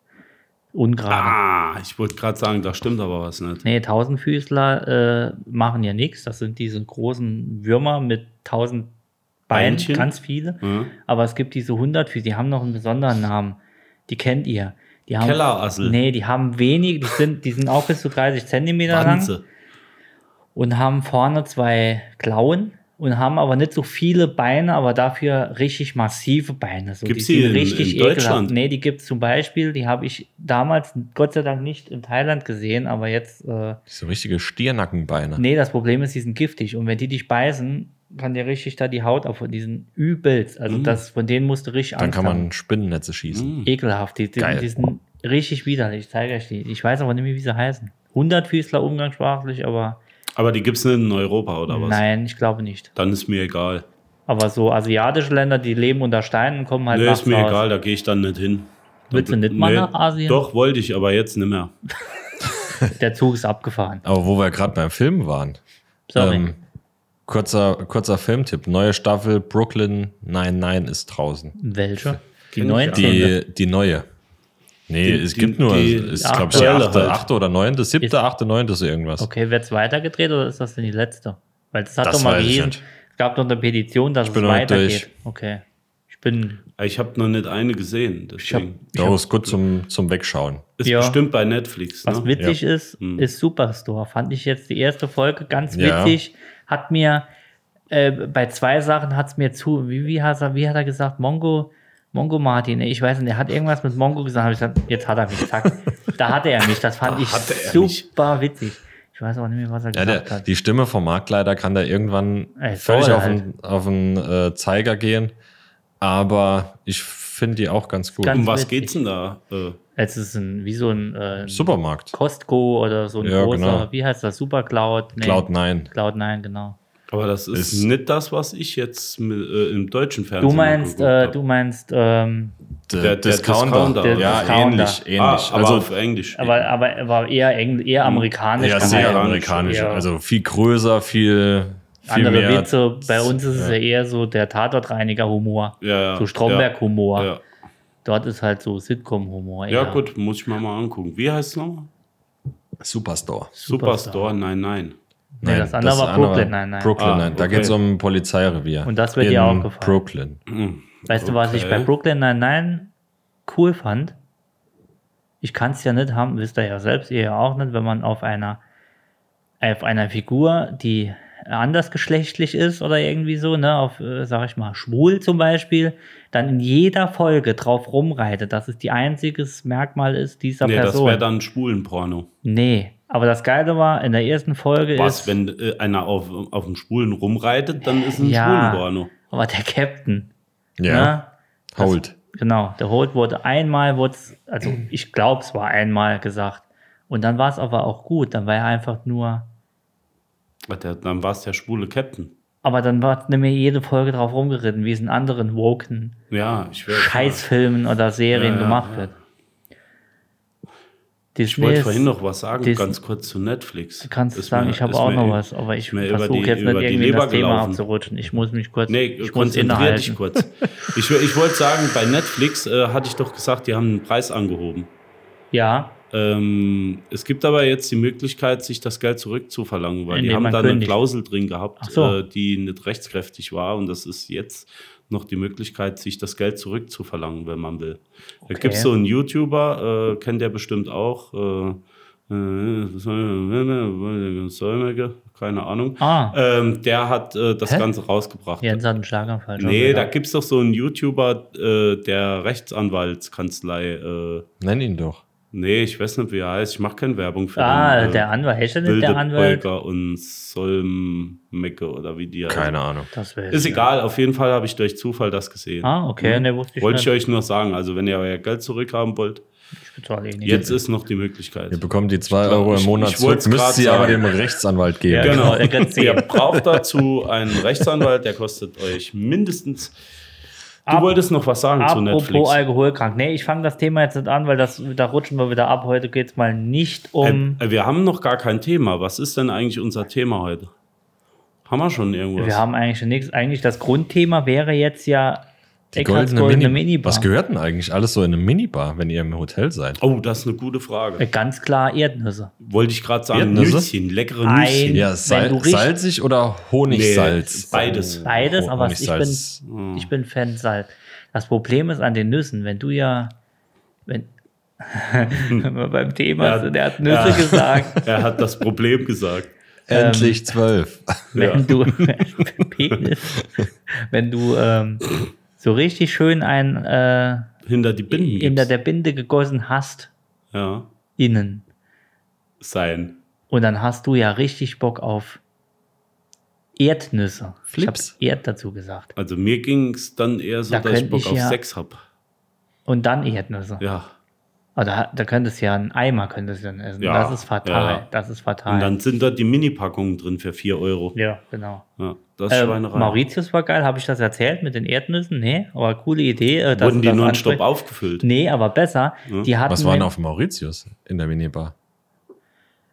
Speaker 3: Ungerade.
Speaker 2: Ah, ich wollte gerade sagen, da stimmt aber was nicht.
Speaker 3: Nee, Tausendfüßler äh, machen ja nichts. Das sind diese großen Würmer mit tausend Beinen,
Speaker 2: Beinchen?
Speaker 3: ganz viele.
Speaker 2: Ja.
Speaker 3: Aber es gibt diese Hundertfüßler, die haben noch einen besonderen Namen. Die kennt ihr. Die haben,
Speaker 2: Kellerassel.
Speaker 3: Nee, die haben wenig, die sind, die sind auch bis zu 30 Zentimeter lang
Speaker 2: Wanze.
Speaker 3: und haben vorne zwei Klauen und haben aber nicht so viele Beine, aber dafür richtig massive Beine. So,
Speaker 2: Gibt's die in-
Speaker 3: sind
Speaker 2: in Deutschland?
Speaker 3: ekelhaft. Nee, die gibt es zum Beispiel, die habe ich damals Gott sei Dank nicht in Thailand gesehen, aber jetzt. Äh,
Speaker 4: So richtige Stiernackenbeine.
Speaker 3: nee, das Problem ist, die sind giftig und wenn die dich beißen, kann dir richtig da die Haut auf. Die sind übelst.
Speaker 2: Mhm.
Speaker 3: Also das, von denen musst du richtig
Speaker 4: Dann
Speaker 3: Angst
Speaker 4: kann
Speaker 3: haben. Mhm.
Speaker 4: man Spinnennetze schießen.
Speaker 3: Ekelhaft. Die, die,
Speaker 4: Hm. Geil.
Speaker 3: die sind richtig widerlich. Ich zeige euch die. Ich weiß aber nicht mehr, wie sie heißen. Hundertfüßler umgangssprachlich, aber
Speaker 2: Aber die gibt es nicht in Europa oder was?
Speaker 3: nein, ich glaube nicht.
Speaker 2: Dann ist mir egal.
Speaker 3: Aber so asiatische Länder, die leben unter Steinen und kommen halt
Speaker 2: Nee,
Speaker 3: nachts
Speaker 2: ist mir
Speaker 3: raus.
Speaker 2: egal, da gehe ich dann nicht hin. Dann
Speaker 3: Willst du
Speaker 2: bl-
Speaker 3: nicht mal nach Asien?
Speaker 2: Doch, wollte ich, aber jetzt nicht mehr.
Speaker 3: Der Zug ist abgefahren.
Speaker 4: Aber wo wir gerade beim Film waren.
Speaker 3: Sorry.
Speaker 4: Ähm, kurzer, kurzer Filmtipp. Neue Staffel Brooklyn 99 ist draußen.
Speaker 3: Welche? Die
Speaker 2: Kenn ich
Speaker 3: 19.
Speaker 4: Die, die neue. Nee,
Speaker 2: Die-
Speaker 4: es
Speaker 2: die-
Speaker 4: gibt nur,
Speaker 2: die
Speaker 4: es ist, glaube ich, die
Speaker 2: aktuelle
Speaker 4: achte,
Speaker 2: halt.
Speaker 4: achte oder neunte,
Speaker 3: Ist-
Speaker 4: siebte, achte, neunte, so irgendwas.
Speaker 3: okay, wird es weitergedreht oder ist das denn die letzte? Weil das hat
Speaker 4: Das
Speaker 3: doch mal
Speaker 4: weiß ich
Speaker 3: gehesen.
Speaker 4: nicht.
Speaker 3: Es gab doch eine Petition, dass
Speaker 4: bin
Speaker 3: es
Speaker 4: noch nicht
Speaker 3: weitergeht. Okay. Ich bin.
Speaker 2: Ich habe noch nicht eine gesehen. Deswegen.
Speaker 4: Oh, ist gut zum, zum Wegschauen.
Speaker 2: Ist
Speaker 3: Ja.
Speaker 2: bestimmt bei Netflix.
Speaker 3: Was
Speaker 2: Ne?
Speaker 3: witzig ist, ist Superstore. Fand ich jetzt die erste Folge ganz
Speaker 4: Hm. Ja.
Speaker 3: witzig. Hat mir äh, bei zwei Sachen hat es mir zu, wie, wie, hat er, wie hat er gesagt, Mongo, Mongo Martin, ne? ich weiß nicht, er hat irgendwas mit Mongo gesagt, hab ich gesagt jetzt hat er mich, zack. da hatte er mich, das
Speaker 4: [LAUGHS]
Speaker 3: fand ich
Speaker 2: hatte er mich.
Speaker 3: super witzig. Ich weiß auch nicht mehr, was er
Speaker 4: Ja,
Speaker 3: gesagt
Speaker 4: der,
Speaker 3: hat.
Speaker 4: die Stimme vom Marktleiter kann da irgendwann
Speaker 3: Ey,
Speaker 4: völlig
Speaker 3: soll
Speaker 4: auf
Speaker 3: halt.
Speaker 4: den, auf den äh, Zeiger gehen. Aber ich finde die auch ganz gut.
Speaker 3: Ganz-
Speaker 2: Um was
Speaker 3: witzig.
Speaker 2: geht's denn da? Äh,
Speaker 3: Es ist ein, wie so ein äh,
Speaker 4: Supermarkt.
Speaker 3: Costco oder so ein
Speaker 4: Ja,
Speaker 3: großer,
Speaker 4: genau.
Speaker 3: wie heißt das, Supercloud? Nee,
Speaker 4: Cloud 9.
Speaker 3: Cloud 9, genau.
Speaker 2: aber das ist,
Speaker 4: Ist-
Speaker 2: nicht das, was ich jetzt mit, äh, im deutschen Fernsehen
Speaker 3: Du meinst,
Speaker 2: geguckt
Speaker 3: äh,
Speaker 2: hab.
Speaker 3: du meinst, ähm,
Speaker 4: Der,
Speaker 2: Der- der Discounter. Der
Speaker 4: Ja,
Speaker 3: Discounter.
Speaker 4: ähnlich, ähnlich.
Speaker 2: Ah, aber
Speaker 4: also
Speaker 2: auf Englisch.
Speaker 3: aber, aber er war eher, eng- eher amerikanisch.
Speaker 4: ja,
Speaker 3: gehalten.
Speaker 4: sehr amerikanisch.
Speaker 3: Ja.
Speaker 4: Also viel größer, viel, viel
Speaker 3: andere
Speaker 4: mehr.
Speaker 3: Witze. Bei uns ist es ja eher so der Tatortreiniger-Humor.
Speaker 2: Ja, ja.
Speaker 3: So Stromberg-Humor.
Speaker 2: ja.
Speaker 3: Dort ist halt so Sitcom-Humor.
Speaker 2: Ja,
Speaker 3: eher.
Speaker 2: gut, muss ich mir mal angucken. Wie heißt es nochmal?
Speaker 4: Superstore.
Speaker 2: Superstore.
Speaker 3: Superstar.
Speaker 2: nein, nein.
Speaker 3: Nee, das andere war
Speaker 4: andere
Speaker 3: Brooklyn, nein, nein.
Speaker 4: Brooklyn,
Speaker 2: Ah,
Speaker 4: nein. Da
Speaker 2: okay.
Speaker 4: geht es um ein Polizeirevier.
Speaker 3: Und das wird
Speaker 4: in
Speaker 3: dir auch gefallen.
Speaker 4: Brooklyn.
Speaker 3: Weißt du, was ich
Speaker 2: Okay.
Speaker 3: bei Brooklyn Nine-Nine cool fand? ich kann es ja nicht haben, wisst ihr ja selbst, ihr ja auch nicht, wenn man auf einer, auf einer Figur, die andersgeschlechtlich ist oder irgendwie so, ne, auf, äh, sag ich mal, schwul zum Beispiel, dann in jeder Folge drauf rumreitet, dass es die einziges Merkmal ist dieser
Speaker 2: Nee, das
Speaker 3: Person.
Speaker 2: wäre dann Schwulenporno.
Speaker 3: nee, aber das Geile war, in der ersten Folge
Speaker 2: Was,
Speaker 3: ist,
Speaker 2: wenn äh, einer auf, auf dem Schwulen rumreitet, dann ist ein
Speaker 3: Ja.
Speaker 2: Schwulenporno.
Speaker 3: aber der Captain,
Speaker 4: Ja,
Speaker 3: ne,
Speaker 4: Holt.
Speaker 3: Genau, der Holt wurde einmal, wurde, also
Speaker 2: Mhm.
Speaker 3: ich glaube, es war einmal gesagt. Und dann war es aber auch gut. Dann war er einfach nur,
Speaker 2: Ah, der- Dann war es der schwule Captain.
Speaker 3: aber dann war nämlich jede Folge drauf rumgeritten, wie es in anderen woken
Speaker 2: Ja, ich wäre.
Speaker 3: Scheißfilmen oder Serien
Speaker 2: Ja, ja,
Speaker 3: gemacht
Speaker 2: ja.
Speaker 3: wird.
Speaker 2: Ich wollte
Speaker 3: ist-
Speaker 2: vorhin noch was sagen,
Speaker 3: Dis-
Speaker 2: ganz kurz zu Netflix.
Speaker 3: Kannst du
Speaker 2: Ist
Speaker 3: sagen,
Speaker 2: mir-
Speaker 3: ich habe
Speaker 2: ist
Speaker 3: auch
Speaker 2: mir
Speaker 3: noch
Speaker 2: eben-
Speaker 3: was, aber ich
Speaker 2: ist mir über
Speaker 3: versuche
Speaker 2: die-
Speaker 3: jetzt nicht
Speaker 2: über die
Speaker 3: irgendwie
Speaker 2: Leber
Speaker 3: das Thema
Speaker 2: gelaufen.
Speaker 3: abzurutschen. Ich muss mich kurz,
Speaker 2: Nee,
Speaker 3: ich muss
Speaker 2: konzentrier dich
Speaker 3: innehalten.
Speaker 2: kurz. Ich, ich wollte sagen, bei Netflix äh, hatte ich doch gesagt, die haben einen Preis angehoben.
Speaker 3: Ja,
Speaker 2: Ähm, es gibt aber jetzt die Möglichkeit, sich das Geld zurückzuverlangen, weil
Speaker 3: Indem
Speaker 2: die haben
Speaker 3: man
Speaker 2: da eine
Speaker 3: kündigt.
Speaker 2: Klausel drin gehabt,
Speaker 3: Ach so.
Speaker 2: äh, die nicht rechtskräftig war. Und das ist jetzt noch die Möglichkeit, sich das Geld zurückzuverlangen, wenn man will. Da
Speaker 3: Okay.
Speaker 2: gibt es so einen YouTuber, äh, kennt der bestimmt auch. Äh, äh, Säumige, keine Ahnung.
Speaker 3: Ah.
Speaker 2: Ähm, der hat äh, das
Speaker 3: Hä?
Speaker 2: Ganze rausgebracht.
Speaker 3: Jens hat einen Schlaganfall. schon
Speaker 2: Äh, Nee, da
Speaker 3: wieder.
Speaker 2: gibt es doch so einen YouTuber äh, der Rechtsanwaltskanzlei. Äh,
Speaker 4: Nenn ihn doch.
Speaker 2: nee, ich weiß nicht, wie er heißt. Ich mache keine Werbung für
Speaker 3: Ah,
Speaker 2: den. äh,
Speaker 3: der Anwalt. Ist er nicht der Anwalt?
Speaker 2: Wildebeuger und Solmecke oder wie die heißt.
Speaker 4: Keine Ahnung.
Speaker 3: Das wär-
Speaker 2: Ist egal, auf jeden Fall habe ich durch Zufall das gesehen. Hm.
Speaker 3: Ah, okay, ne, wusste ich
Speaker 2: Wollte ich
Speaker 3: nicht.
Speaker 2: euch nur sagen, also wenn ihr euer Geld zurückhaben wollt,
Speaker 3: Ich bezahle eh nicht.
Speaker 2: jetzt ist noch die Möglichkeit.
Speaker 4: Ihr bekommt die 2
Speaker 2: glaub,
Speaker 4: Euro
Speaker 2: ich-
Speaker 4: im Monat
Speaker 2: ich
Speaker 4: zurück,
Speaker 2: wollt's
Speaker 4: müsst
Speaker 2: grad
Speaker 4: sie aber
Speaker 2: sagen.
Speaker 4: dem Rechtsanwalt geben.
Speaker 3: Ja,
Speaker 2: Genau,
Speaker 3: genau, der kriegt's eh.
Speaker 2: ihr braucht dazu einen Rechtsanwalt, der kostet euch mindestens. Du
Speaker 3: Ab-
Speaker 2: wolltest noch was sagen zu
Speaker 3: Apropos
Speaker 2: Netflix.
Speaker 3: alkoholkrank. Nee, ich fange das Thema jetzt nicht an, weil das, da rutschen wir wieder ab. Heute geht es mal nicht um.
Speaker 2: Äh, wir haben noch gar kein Thema. Was ist denn eigentlich unser Thema heute? Haben wir schon irgendwas?
Speaker 3: wir haben eigentlich schon nichts. Eigentlich das Grundthema wäre jetzt ja
Speaker 4: Die
Speaker 3: Eckharts
Speaker 4: goldene, Mini
Speaker 3: Minibar.
Speaker 4: Was gehört denn eigentlich alles so in eine Minibar, wenn ihr im Hotel seid?
Speaker 2: oh, das ist eine gute Frage.
Speaker 3: Äh, Ganz klar Erdnüsse.
Speaker 2: Wollte ich gerade sagen,
Speaker 4: Erdnüsse?
Speaker 2: Nüsschen, leckere
Speaker 3: Ei.
Speaker 2: Nüsschen.
Speaker 4: Ja,
Speaker 3: Wenn
Speaker 4: sal
Speaker 3: du riechst-
Speaker 4: salzig oder Honigsalz?
Speaker 2: Nee, beides.
Speaker 3: Beides,
Speaker 4: Oh,
Speaker 3: aber ich
Speaker 4: Honigsalz.
Speaker 2: Hm.
Speaker 3: bin, ich bin Fan Salz. Das Problem ist an den Nüssen, wenn du ja. Wenn, [LAUGHS] wenn wir beim Thema
Speaker 2: Ja.
Speaker 3: sind, er hat Nüsse
Speaker 2: Ja.
Speaker 3: gesagt.
Speaker 2: [LAUGHS] Er hat das Problem gesagt.
Speaker 3: Ähm, [LAUGHS]
Speaker 4: Endlich zwölf.
Speaker 3: wenn du Penis, wenn du ähm, so richtig schön ein äh,
Speaker 2: Hinter die Binden.
Speaker 3: hinter
Speaker 2: gibt's.
Speaker 3: der Binde gegossen hast
Speaker 2: ja,
Speaker 3: innen
Speaker 2: sein.
Speaker 3: und dann hast du ja richtig Bock auf Erdnüsse.
Speaker 4: Flips.
Speaker 3: Ich habe Erd dazu gesagt
Speaker 2: Also mir ging es dann eher so,
Speaker 3: Da
Speaker 2: dass ich
Speaker 3: könnt
Speaker 2: Bock
Speaker 3: ich
Speaker 2: auf
Speaker 3: ja-
Speaker 2: Sex habe.
Speaker 3: und dann Erdnüsse.
Speaker 2: Ja.
Speaker 3: Aber da, da könntest du ja einen Eimer könntest du dann essen.
Speaker 2: Ja,
Speaker 3: Das ist fatal.
Speaker 2: ja.
Speaker 3: Das ist
Speaker 2: Und
Speaker 3: fatal.
Speaker 2: dann sind da die Mini-Packungen drin für 4 Euro.
Speaker 3: Ah, ja, genau.
Speaker 2: Ja, das ist
Speaker 3: Ähm,
Speaker 2: Schweinerei.
Speaker 3: Mauritius war geil, habe ich das erzählt mit den Erdnüssen? Nee, aber coole Idee. äh, dass
Speaker 2: Wurden
Speaker 3: du
Speaker 2: die
Speaker 3: das
Speaker 2: nonstop
Speaker 3: ansprichst.
Speaker 2: aufgefüllt?
Speaker 3: Nee, aber besser. Die hatten
Speaker 4: Was war denn
Speaker 3: nämlich-
Speaker 4: auf Mauritius in der Minibar?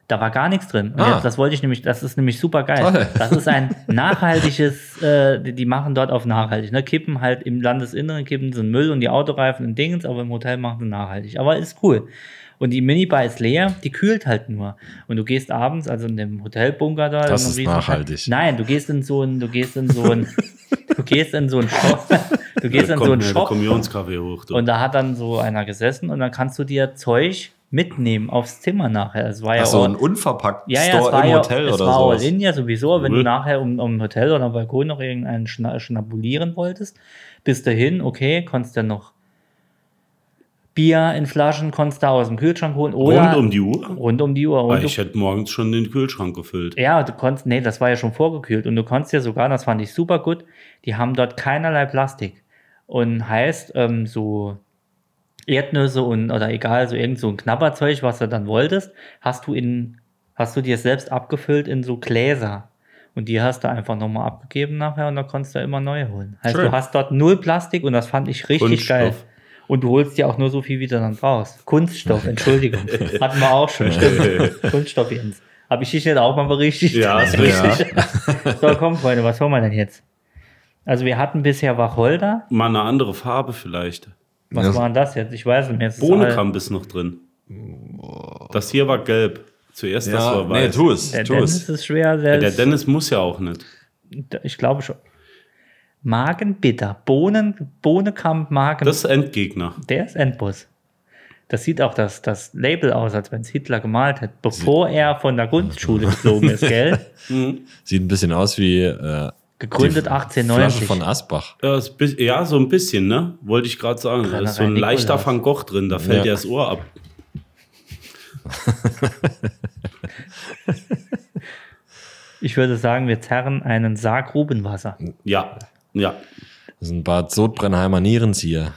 Speaker 3: Da war gar nichts drin. Und
Speaker 4: Ah.
Speaker 3: jetzt, das wollte ich nämlich, das ist nämlich super geil.
Speaker 4: Toll.
Speaker 3: Das ist
Speaker 4: [LAUGHS]
Speaker 3: ein nachhaltiges, äh, die, die machen dort auf nachhaltig. Ne? Kippen halt im Landesinneren, kippen sie in Müll und die Autoreifen und Dingens, aber im Hotel machen sie nachhaltig. Aber ist cool. Und die Minibar ist leer, die kühlt halt nur. Und du gehst abends, also in dem Hotelbunker da.
Speaker 4: Das
Speaker 3: in einem
Speaker 4: ist
Speaker 3: riesen-
Speaker 4: nachhaltig.
Speaker 3: Nein, du gehst in so ein, du gehst in so
Speaker 4: [LAUGHS]
Speaker 3: ein, du gehst in so ein Shop. Du gehst in
Speaker 2: Kommt
Speaker 3: so einen
Speaker 2: mir der
Speaker 3: Shop.
Speaker 2: Kommunionskaffee hoch. du.
Speaker 3: Und da hat dann so einer gesessen und dann kannst du dir Zeug mitnehmen aufs Zimmer nachher. Es war ja
Speaker 4: Achso,
Speaker 3: auch-
Speaker 4: ein unverpackt
Speaker 3: ja, ja, es
Speaker 4: Store
Speaker 3: war
Speaker 4: im
Speaker 3: ja,
Speaker 4: Hotel
Speaker 3: es
Speaker 4: oder
Speaker 3: war
Speaker 4: sowas.
Speaker 3: All-In ja sowieso, wenn du
Speaker 2: Cool.
Speaker 3: nachher um, um ein Hotel oder am Balkon noch irgendeinen schna schnabulieren wolltest, bist du hin, okay, konntest dann noch Bier in Flaschen, konntest da aus dem Kühlschrank holen oder
Speaker 2: Rund um die Uhr?
Speaker 3: rund um die Uhr. Und
Speaker 2: Weil
Speaker 3: du,
Speaker 2: ich hätte morgens schon den Kühlschrank gefüllt.
Speaker 3: ja, du konntest, nee, das war ja schon vorgekühlt und du konntest ja sogar, das fand ich super gut, die haben dort keinerlei Plastik und heißt ähm, so Erdnüsse und oder egal, so irgend so ein Knabberzeug, was du dann wolltest, hast du in, hast du dir selbst abgefüllt in so Gläser. Und die hast du einfach nochmal abgegeben nachher und dann konntest du immer neu holen. Heißt,
Speaker 4: Schön.
Speaker 3: du hast dort null Plastik und das fand ich richtig geil.
Speaker 2: Kunststoff.
Speaker 3: Und du holst dir auch nur so viel, wie du dann brauchst.
Speaker 2: [LAUGHS]
Speaker 3: Kunststoff, Entschuldigung. Hatten wir auch schon. Stimmt. Kunststoff, Jens. Habe ich dich nicht auch mal berichtigt?
Speaker 2: Ja, ist
Speaker 4: richtig.
Speaker 3: So, komm, Freunde, was wollen wir denn jetzt? Also, wir hatten bisher Wacholder.
Speaker 2: Mal eine andere Farbe vielleicht.
Speaker 3: Was
Speaker 4: Ja,
Speaker 3: war denn das jetzt? Ich weiß nicht mehr. es ist
Speaker 4: halt-
Speaker 3: all-
Speaker 2: Bohnenkamp ist noch drin. Das hier war gelb. Zuerst das
Speaker 4: Ja,
Speaker 2: war
Speaker 4: nee,
Speaker 2: weiß.
Speaker 4: tu es,
Speaker 3: Der
Speaker 4: tu
Speaker 3: Dennis
Speaker 4: es.
Speaker 3: ist halt- schwer. Der,
Speaker 2: Ja, der
Speaker 3: ist-
Speaker 2: Dennis muss ja auch nicht.
Speaker 3: ich glaube schon. Magenbitter. Bohnen, Bohnenkamp, Magen.
Speaker 2: Das ist Endgegner.
Speaker 3: der ist Endbus. Das sieht auch das, das Label aus, als wenn es Hitler gemalt hat, bevor er von der Grundschule geflogen ist,
Speaker 2: [LAUGHS]
Speaker 3: gell?
Speaker 4: Sieht ein bisschen aus wie äh,
Speaker 3: Gegründet
Speaker 4: die
Speaker 3: 1890.
Speaker 4: Flasche von Asbach.
Speaker 2: Ja, ist bi- Ja, so ein bisschen, ne? Wollte ich gerade sagen. Da
Speaker 3: Kann
Speaker 2: ist so
Speaker 3: rein
Speaker 2: ein leichter
Speaker 3: Nikolaus.
Speaker 2: Van Gogh drin, da fällt
Speaker 4: Ja.
Speaker 2: dir das Ohr ab.
Speaker 3: Ich würde sagen, wir zerren einen Sarg Rubenwasser.
Speaker 2: Ja, ja.
Speaker 4: Das ist ein Bad Sodbrennheimer Nierenzieher.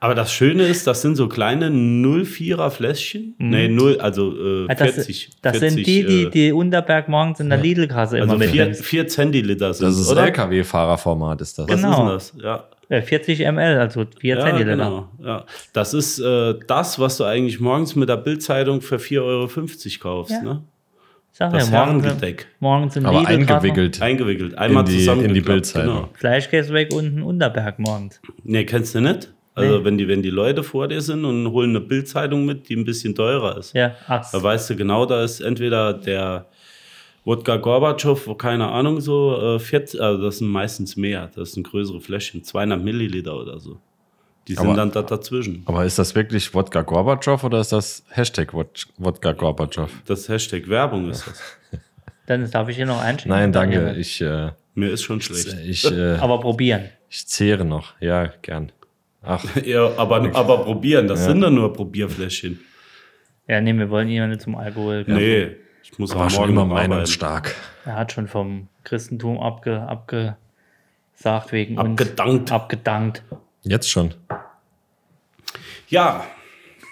Speaker 2: Aber das Schöne ist, das sind so kleine 04er Fläschchen. Nee, 0, also äh,
Speaker 3: Mhm. Ah, Das,
Speaker 2: 40.
Speaker 3: das
Speaker 2: 40,
Speaker 3: sind die, die,
Speaker 2: äh,
Speaker 3: die Unterberg morgens in der Lidl-Kasse immer
Speaker 2: also vier,
Speaker 3: mitnimmt.
Speaker 2: vier Zentiliter sind,
Speaker 4: Das ist
Speaker 2: oder?
Speaker 4: LKW-Fahrerformat, ist das.
Speaker 2: Was
Speaker 3: Genau.
Speaker 2: ist denn das? Ja,
Speaker 3: Äh, 40 ml, also 4
Speaker 2: ja
Speaker 3: Zentiliter.
Speaker 2: genau. Ja. Das ist äh, das, was du eigentlich morgens mit der Bildzeitung für 4,50 Euro kaufst.
Speaker 3: Ja.
Speaker 2: Ne?
Speaker 3: Ich sag
Speaker 2: Das
Speaker 3: ja, morgens,
Speaker 2: Herrengedeck.
Speaker 3: morgens im
Speaker 4: Aber
Speaker 3: Lidl kaufen,
Speaker 4: eingewickelt.
Speaker 2: Eingewickelt, einmal genau.
Speaker 4: In die-
Speaker 2: zusammen
Speaker 4: in die Bildzeitung.
Speaker 3: Fleischkäse weg und ein Unterberg morgens.
Speaker 2: Nee, kennst du nicht? Also,
Speaker 3: Nee.
Speaker 2: wenn, die, wenn die Leute vor dir sind und holen eine Bildzeitung mit, die ein bisschen teurer ist,
Speaker 3: Ja, ach,
Speaker 2: da weißt du genau, da ist entweder der Wodka Gorbatschow, wo keine Ahnung, so äh, 40, also das sind meistens mehr, das sind größere Fläschchen, 200 Milliliter oder so. Die sind
Speaker 4: Aber-
Speaker 2: dann da dazwischen.
Speaker 4: Aber ist das wirklich Wodka Gorbatschow oder ist das Hashtag Wod- Wodka Gorbatschow?
Speaker 2: Das Hashtag Werbung ist das.
Speaker 3: dann darf ich hier noch einschenken.
Speaker 4: Nein, danke. Ich, äh,
Speaker 2: Mir ist schon schlecht.
Speaker 4: ich, äh,
Speaker 3: Aber probieren.
Speaker 4: ich zehre noch. Ja, gern. Ach,
Speaker 2: Ja, aber, aber probieren, das sind dann nur Probierfläschchen.
Speaker 3: Ja, nee, wir wollen jemanden zum Alkohol.
Speaker 2: Nee, ich muss
Speaker 4: war
Speaker 2: auch
Speaker 4: schon
Speaker 2: morgen
Speaker 4: immer
Speaker 2: noch ähm, arbeiten.
Speaker 4: meinungsstark.
Speaker 3: Er hat schon vom Christentum abge, abgesagt wegen uns.
Speaker 2: Abgedankt.
Speaker 3: Abgedankt.
Speaker 4: Jetzt schon.
Speaker 2: Ja,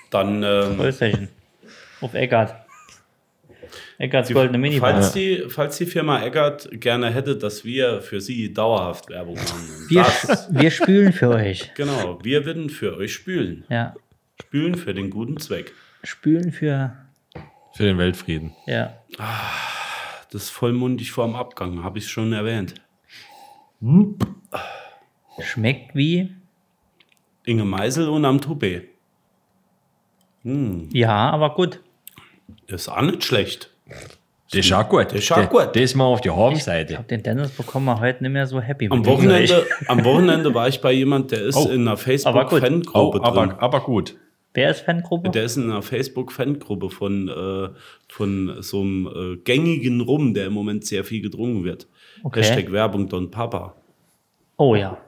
Speaker 2: dann. Ähm,
Speaker 3: Prösterchen. Auf Eckart. Eckarts
Speaker 2: Die-
Speaker 3: goldene Minibar.
Speaker 2: Falls die, falls die Firma Eggert gerne hätte, dass wir für sie dauerhaft Werbung machen.
Speaker 3: [LAUGHS] Wir,
Speaker 2: Das,
Speaker 3: wir spülen für euch.
Speaker 2: genau, wir würden für euch spülen.
Speaker 3: Ja.
Speaker 2: Spülen für den guten Zweck.
Speaker 3: Spülen für.
Speaker 4: Für den Weltfrieden.
Speaker 3: Ja.
Speaker 2: Das ist vollmundig vorm Abgang, habe ich schon erwähnt.
Speaker 3: Schmeckt wie.
Speaker 2: Inge Meisel und am Toupet.
Speaker 3: Ja, aber gut.
Speaker 2: Ist auch nicht schlecht.
Speaker 4: Das ist auch gut. Das
Speaker 2: ist auch gut.
Speaker 4: Das mal auf die
Speaker 3: Ich
Speaker 4: Hornseite.
Speaker 3: hab den Dennis bekommen, aber heute nicht mehr so happy. mit
Speaker 2: Am
Speaker 3: ihm.
Speaker 2: Wochenende, am Wochenende war ich bei jemand, der ist
Speaker 4: Oh,
Speaker 2: in einer
Speaker 3: aber gut.
Speaker 2: Facebook-Fangruppe drin.
Speaker 4: aber gut.
Speaker 3: Wer ist Fangruppe?
Speaker 2: Der ist in einer Facebook-Fangruppe von, äh, von so einem äh, gängigen Rum, der im Moment sehr viel getrunken wird.
Speaker 3: Okay.
Speaker 2: Hashtag Werbung Don Papa. Äh,
Speaker 3: Oh ja.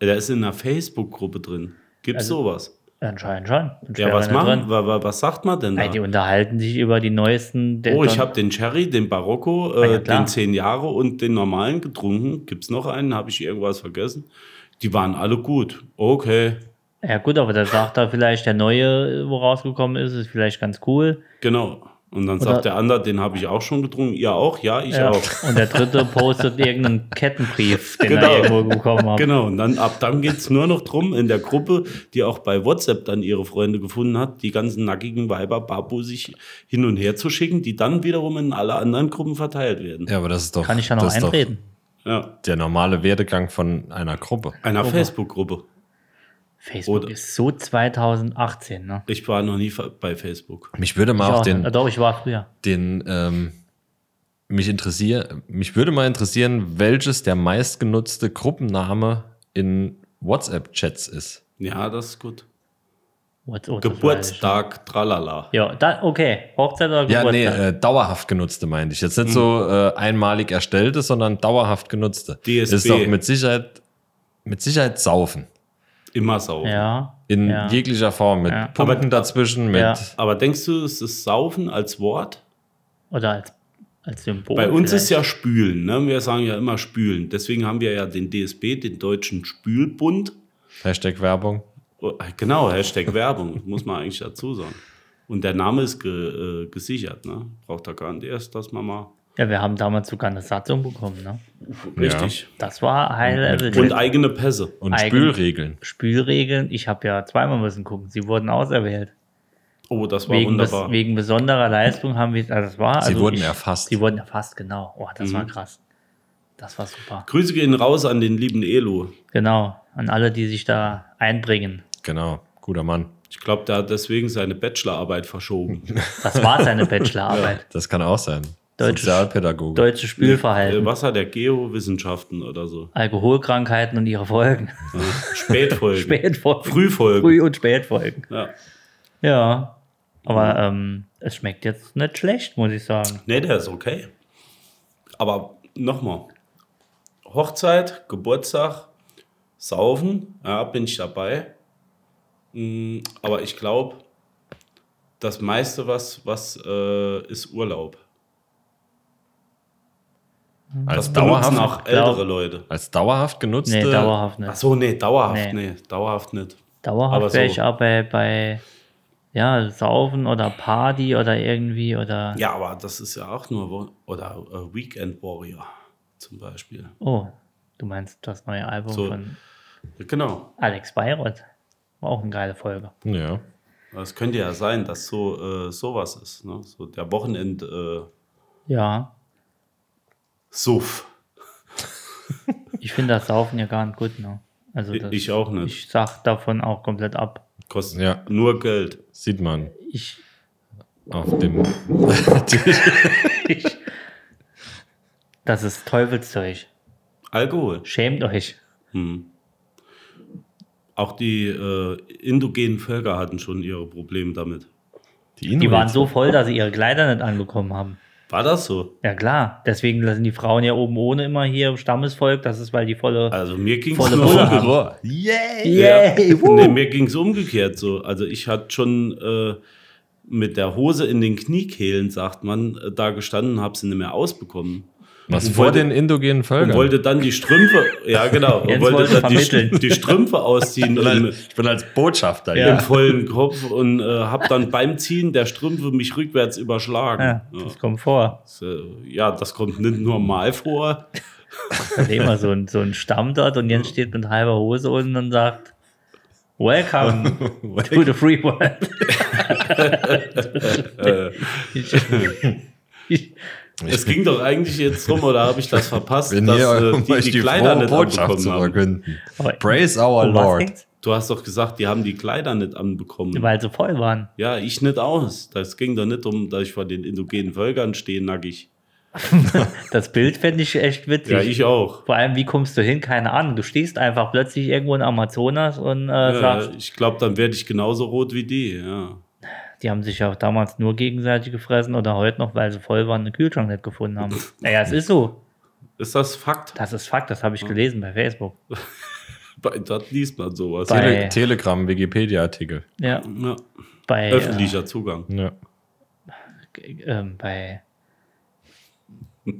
Speaker 2: Der ist in einer Facebook-Gruppe drin. Gibt's
Speaker 3: Also-
Speaker 2: sowas?
Speaker 3: Anscheinend schon. Und
Speaker 2: Ja,
Speaker 3: schwer
Speaker 2: was
Speaker 3: war nicht
Speaker 2: machen?
Speaker 3: drin.
Speaker 2: Wa, wa, was sagt man denn da?
Speaker 3: Nein, die unterhalten sich über die neuesten. der
Speaker 2: Oh, ich
Speaker 3: Don-
Speaker 2: habe den Cherry, den Barocco, äh,
Speaker 3: Ah, ja, klar.
Speaker 2: den 10 Jahre und den normalen getrunken. Gibt's noch einen? Habe ich irgendwas vergessen? Die waren alle gut. Okay,
Speaker 3: Ja, gut, aber da sagt er vielleicht, der neue, wo rausgekommen ist, ist vielleicht ganz cool.
Speaker 2: genau. Und dann
Speaker 3: Oder-
Speaker 2: sagt der andere, den habe ich auch schon getrunken. Ihr auch? Ja, ich
Speaker 3: Ja.
Speaker 2: auch.
Speaker 3: Und der dritte postet irgendeinen Kettenbrief, den
Speaker 2: Genau.
Speaker 3: er irgendwo bekommen hat.
Speaker 2: Genau, und dann ab dann geht's nur noch drum, in der Gruppe, die auch bei WhatsApp dann ihre Freunde gefunden hat, die ganzen nackigen Weiber Babu sich hin und her zu schicken, die dann wiederum in alle anderen Gruppen verteilt werden.
Speaker 4: Ja, aber das ist doch.
Speaker 3: Kann ich ja noch
Speaker 4: das ist doch
Speaker 3: eintreten.
Speaker 2: Ja,
Speaker 4: Der normale Werdegang von einer Gruppe.
Speaker 2: einer Facebook-Gruppe.
Speaker 3: Facebook
Speaker 2: Oder-
Speaker 3: ist so 2018, ne?
Speaker 2: Ich war noch nie ver- bei Facebook.
Speaker 4: Mich würde mal
Speaker 3: Ich
Speaker 4: auf
Speaker 3: auch
Speaker 4: den,
Speaker 3: nicht. Doch, ich war früher.
Speaker 4: den ähm, mich interessiert, mich würde mal interessieren, welches der meistgenutzte Gruppenname in WhatsApp-Chats ist.
Speaker 2: Ja, das ist gut.
Speaker 3: What, oh, das weiß
Speaker 2: Geburtstag, tralala.
Speaker 3: ich. Ja, da, okay. Hochzeit oder
Speaker 4: Ja,
Speaker 3: Geburtstag?
Speaker 4: nee, äh, dauerhaft genutzte meinte ich. Jetzt nicht so äh, einmalig erstellte, sondern dauerhaft genutzte.
Speaker 2: DSB.
Speaker 4: Ist doch mit Sicherheit, mit Sicherheit saufen.
Speaker 2: Immer
Speaker 4: äh,
Speaker 2: saufen.
Speaker 3: ja.
Speaker 4: In
Speaker 3: Ja.
Speaker 4: jeglicher Form. Mit
Speaker 3: Ja.
Speaker 4: Punkten dazwischen, mit.
Speaker 3: Ja.
Speaker 2: Aber denkst du, es ist Saufen als Wort?
Speaker 3: Oder als, als Symbol.
Speaker 2: Bei uns
Speaker 3: Oh, vielleicht.
Speaker 2: ist ja Spülen, ne? Wir sagen ja immer Spülen. Deswegen haben wir ja den DSB, den Deutschen Spülbund.
Speaker 4: Hashtag Werbung.
Speaker 2: Oh, Genau, Hashtag Werbung, muss man eigentlich dazu sagen. Und der Name ist ge, äh, gesichert, ne? Braucht da gar nicht erst, dass man mal.
Speaker 3: Ja, wir haben damals sogar eine Satzung bekommen, ne?
Speaker 2: Richtig.
Speaker 3: Das war High Level.
Speaker 2: Und eigene Pässe.
Speaker 4: Und
Speaker 3: Eigen-
Speaker 4: Spülregeln.
Speaker 3: Spülregeln, ich habe ja zweimal müssen gucken. Sie wurden auserwählt.
Speaker 2: Oh, das war
Speaker 3: Wegen, bes
Speaker 2: wunderbar.
Speaker 3: wegen besonderer Leistung haben wir, also das war.
Speaker 4: Sie
Speaker 3: also
Speaker 4: wurden
Speaker 3: ich,
Speaker 4: erfasst. Mhm.
Speaker 3: Sie wurden erfasst, genau. Oh, das war krass. Das war super.
Speaker 2: Grüße gehen raus an den lieben Elo.
Speaker 3: Genau. An alle, die sich da einbringen.
Speaker 4: Genau. Guter Mann.
Speaker 2: Ich glaube,
Speaker 3: [LAUGHS]
Speaker 2: der hat deswegen seine Bachelorarbeit verschoben.
Speaker 3: Das war seine Bachelorarbeit.
Speaker 4: Das kann auch sein.
Speaker 3: Deutsches,
Speaker 4: Sozialpädagoge.
Speaker 3: deutsches Spülverhalten.
Speaker 2: Äh, Was hat der Geowissenschaften oder so?
Speaker 3: Alkoholkrankheiten und ihre Folgen. [LAUGHS]
Speaker 2: Spätfolgen.
Speaker 3: Spätfolgen.
Speaker 2: Frühfolgen.
Speaker 3: Früh- und Spätfolgen.
Speaker 2: Ja.
Speaker 3: Ja. Aber ähm, es schmeckt jetzt nicht schlecht, muss ich sagen.
Speaker 2: Nee, der ist okay. Aber nochmal: Hochzeit, Geburtstag, Saufen, ja, bin ich dabei. Mm, Aber ich glaube, das meiste, was, was äh, ist Urlaub.
Speaker 4: als,
Speaker 2: Das benutzen
Speaker 4: dauerhaft,
Speaker 2: auch ältere
Speaker 3: Glaub-
Speaker 2: Leute.
Speaker 4: als dauerhaft genutzte.
Speaker 3: Nee, dauerhaft nicht.
Speaker 2: Ach so, nee, dauerhaft,
Speaker 3: Nee.
Speaker 2: nee, dauerhaft nicht. aber
Speaker 3: Dauerhaft
Speaker 2: so.
Speaker 3: wäre ich auch bei, bei ja, Saufen oder Party oder irgendwie oder.
Speaker 2: Ja, aber das ist ja auch nur, Wo- oder äh, Weekend Warrior zum Beispiel.
Speaker 3: Oh, du meinst das neue Album
Speaker 2: So.
Speaker 3: von
Speaker 2: Genau.
Speaker 3: Alex Bayrott. War auch eine geile Folge.
Speaker 4: Ja.
Speaker 2: Es könnte ja sein, dass so äh, sowas ist. Ne? So der Wochenend äh,
Speaker 3: Ja.
Speaker 2: Suff.
Speaker 3: Ich finde das Saufen ja gar nicht gut, ne? Also das,
Speaker 2: Ich auch nicht.
Speaker 3: ich sag davon auch komplett ab.
Speaker 2: Kostet
Speaker 4: Ja.
Speaker 2: nur Geld.
Speaker 4: Sieht man
Speaker 3: Ich,
Speaker 4: auf dem.
Speaker 3: ich Das ist Teufelszeug.
Speaker 2: Alkohol. Hm.
Speaker 3: Schämt euch.
Speaker 2: Auch die äh, indogenen Völker hatten schon ihre Probleme damit.
Speaker 3: Die waren so voll, dass sie ihre Kleider nicht angekommen haben.
Speaker 2: War das so?
Speaker 3: Ja klar, deswegen lassen die Frauen ja oben ohne immer hier im Stammesvolk. Das ist, weil die volle.
Speaker 2: Also mir ging es
Speaker 3: Volle Bulle haben.
Speaker 4: Yay!
Speaker 3: Yay, wuh.
Speaker 2: Nee, mir ging es umgekehrt so. Also ich hatte schon äh, mit der Hose in den Kniekehlen, sagt man, äh, da gestanden, habe sie nicht mehr ausbekommen.
Speaker 4: Was
Speaker 2: Und
Speaker 4: vor
Speaker 2: wollte-
Speaker 4: den indogenen
Speaker 2: Und
Speaker 4: Völkern?
Speaker 2: wollte dann die Strümpfe, ja genau, und
Speaker 3: Genau. Jetzt wollte
Speaker 2: wollte dann
Speaker 3: vermitteln.
Speaker 2: die, die Strümpfe
Speaker 3: [LAUGHS]
Speaker 2: ausziehen im,
Speaker 4: ich bin als Botschafter
Speaker 3: Ja.
Speaker 2: im vollen Kopf und äh, habe dann beim Ziehen der Strümpfe mich rückwärts überschlagen.
Speaker 3: Ja,
Speaker 2: Ja,
Speaker 3: das kommt vor.
Speaker 2: das, äh, ja, das kommt nicht normal
Speaker 4: [LAUGHS]
Speaker 2: vor.
Speaker 3: Hat immer so ein, so ein Stamm dort und Jens steht mit halber Hose unten und sagt:
Speaker 2: [LAUGHS]
Speaker 3: Welcome to the free world. [LAUGHS]
Speaker 2: Es ging doch eigentlich jetzt rum, oder habe ich das verpasst,
Speaker 4: Wenn
Speaker 2: dass
Speaker 4: ihr
Speaker 2: äh,
Speaker 4: euch
Speaker 2: die, die, Kleider nicht
Speaker 4: Botschaft
Speaker 2: anbekommen
Speaker 4: zu
Speaker 2: haben.
Speaker 4: verkünden.
Speaker 3: Aber-
Speaker 4: Praise our
Speaker 2: Oh,
Speaker 3: Um was
Speaker 4: Lord.
Speaker 3: ging's?
Speaker 2: Du hast doch gesagt, die haben die Kleider nicht anbekommen.
Speaker 3: Weil sie voll waren.
Speaker 2: Ja, ich nicht aus. Das ging doch nicht um, dass ich vor den indogenen Völkern stehe, nackig.
Speaker 3: Das Bild fände ich echt witzig.
Speaker 2: Ja, ich auch.
Speaker 3: Vor allem, wie kommst du hin? Keine Ahnung. Du stehst einfach plötzlich irgendwo in Amazonas und äh,
Speaker 2: Ja,
Speaker 3: sagst,
Speaker 2: ich glaube, dann werde ich genauso rot wie die. Ja.
Speaker 3: die haben sich ja damals nur gegenseitig gefressen oder heute noch, weil sie voll waren, einen Kühlschrank nicht gefunden
Speaker 2: [LAUGHS]
Speaker 3: haben. Naja, es ist so.
Speaker 2: Ist das Fakt?
Speaker 3: Das ist Fakt, das habe ich gelesen bei Facebook.
Speaker 2: Bei- Dort liest man sowas.
Speaker 3: Bei-
Speaker 4: Tele Telegram, Wikipedia-Artikel.
Speaker 3: Ja,
Speaker 2: ja.
Speaker 3: bei, äh,
Speaker 2: Öffentlicher Zugang.
Speaker 4: Ja.
Speaker 3: ähm, bei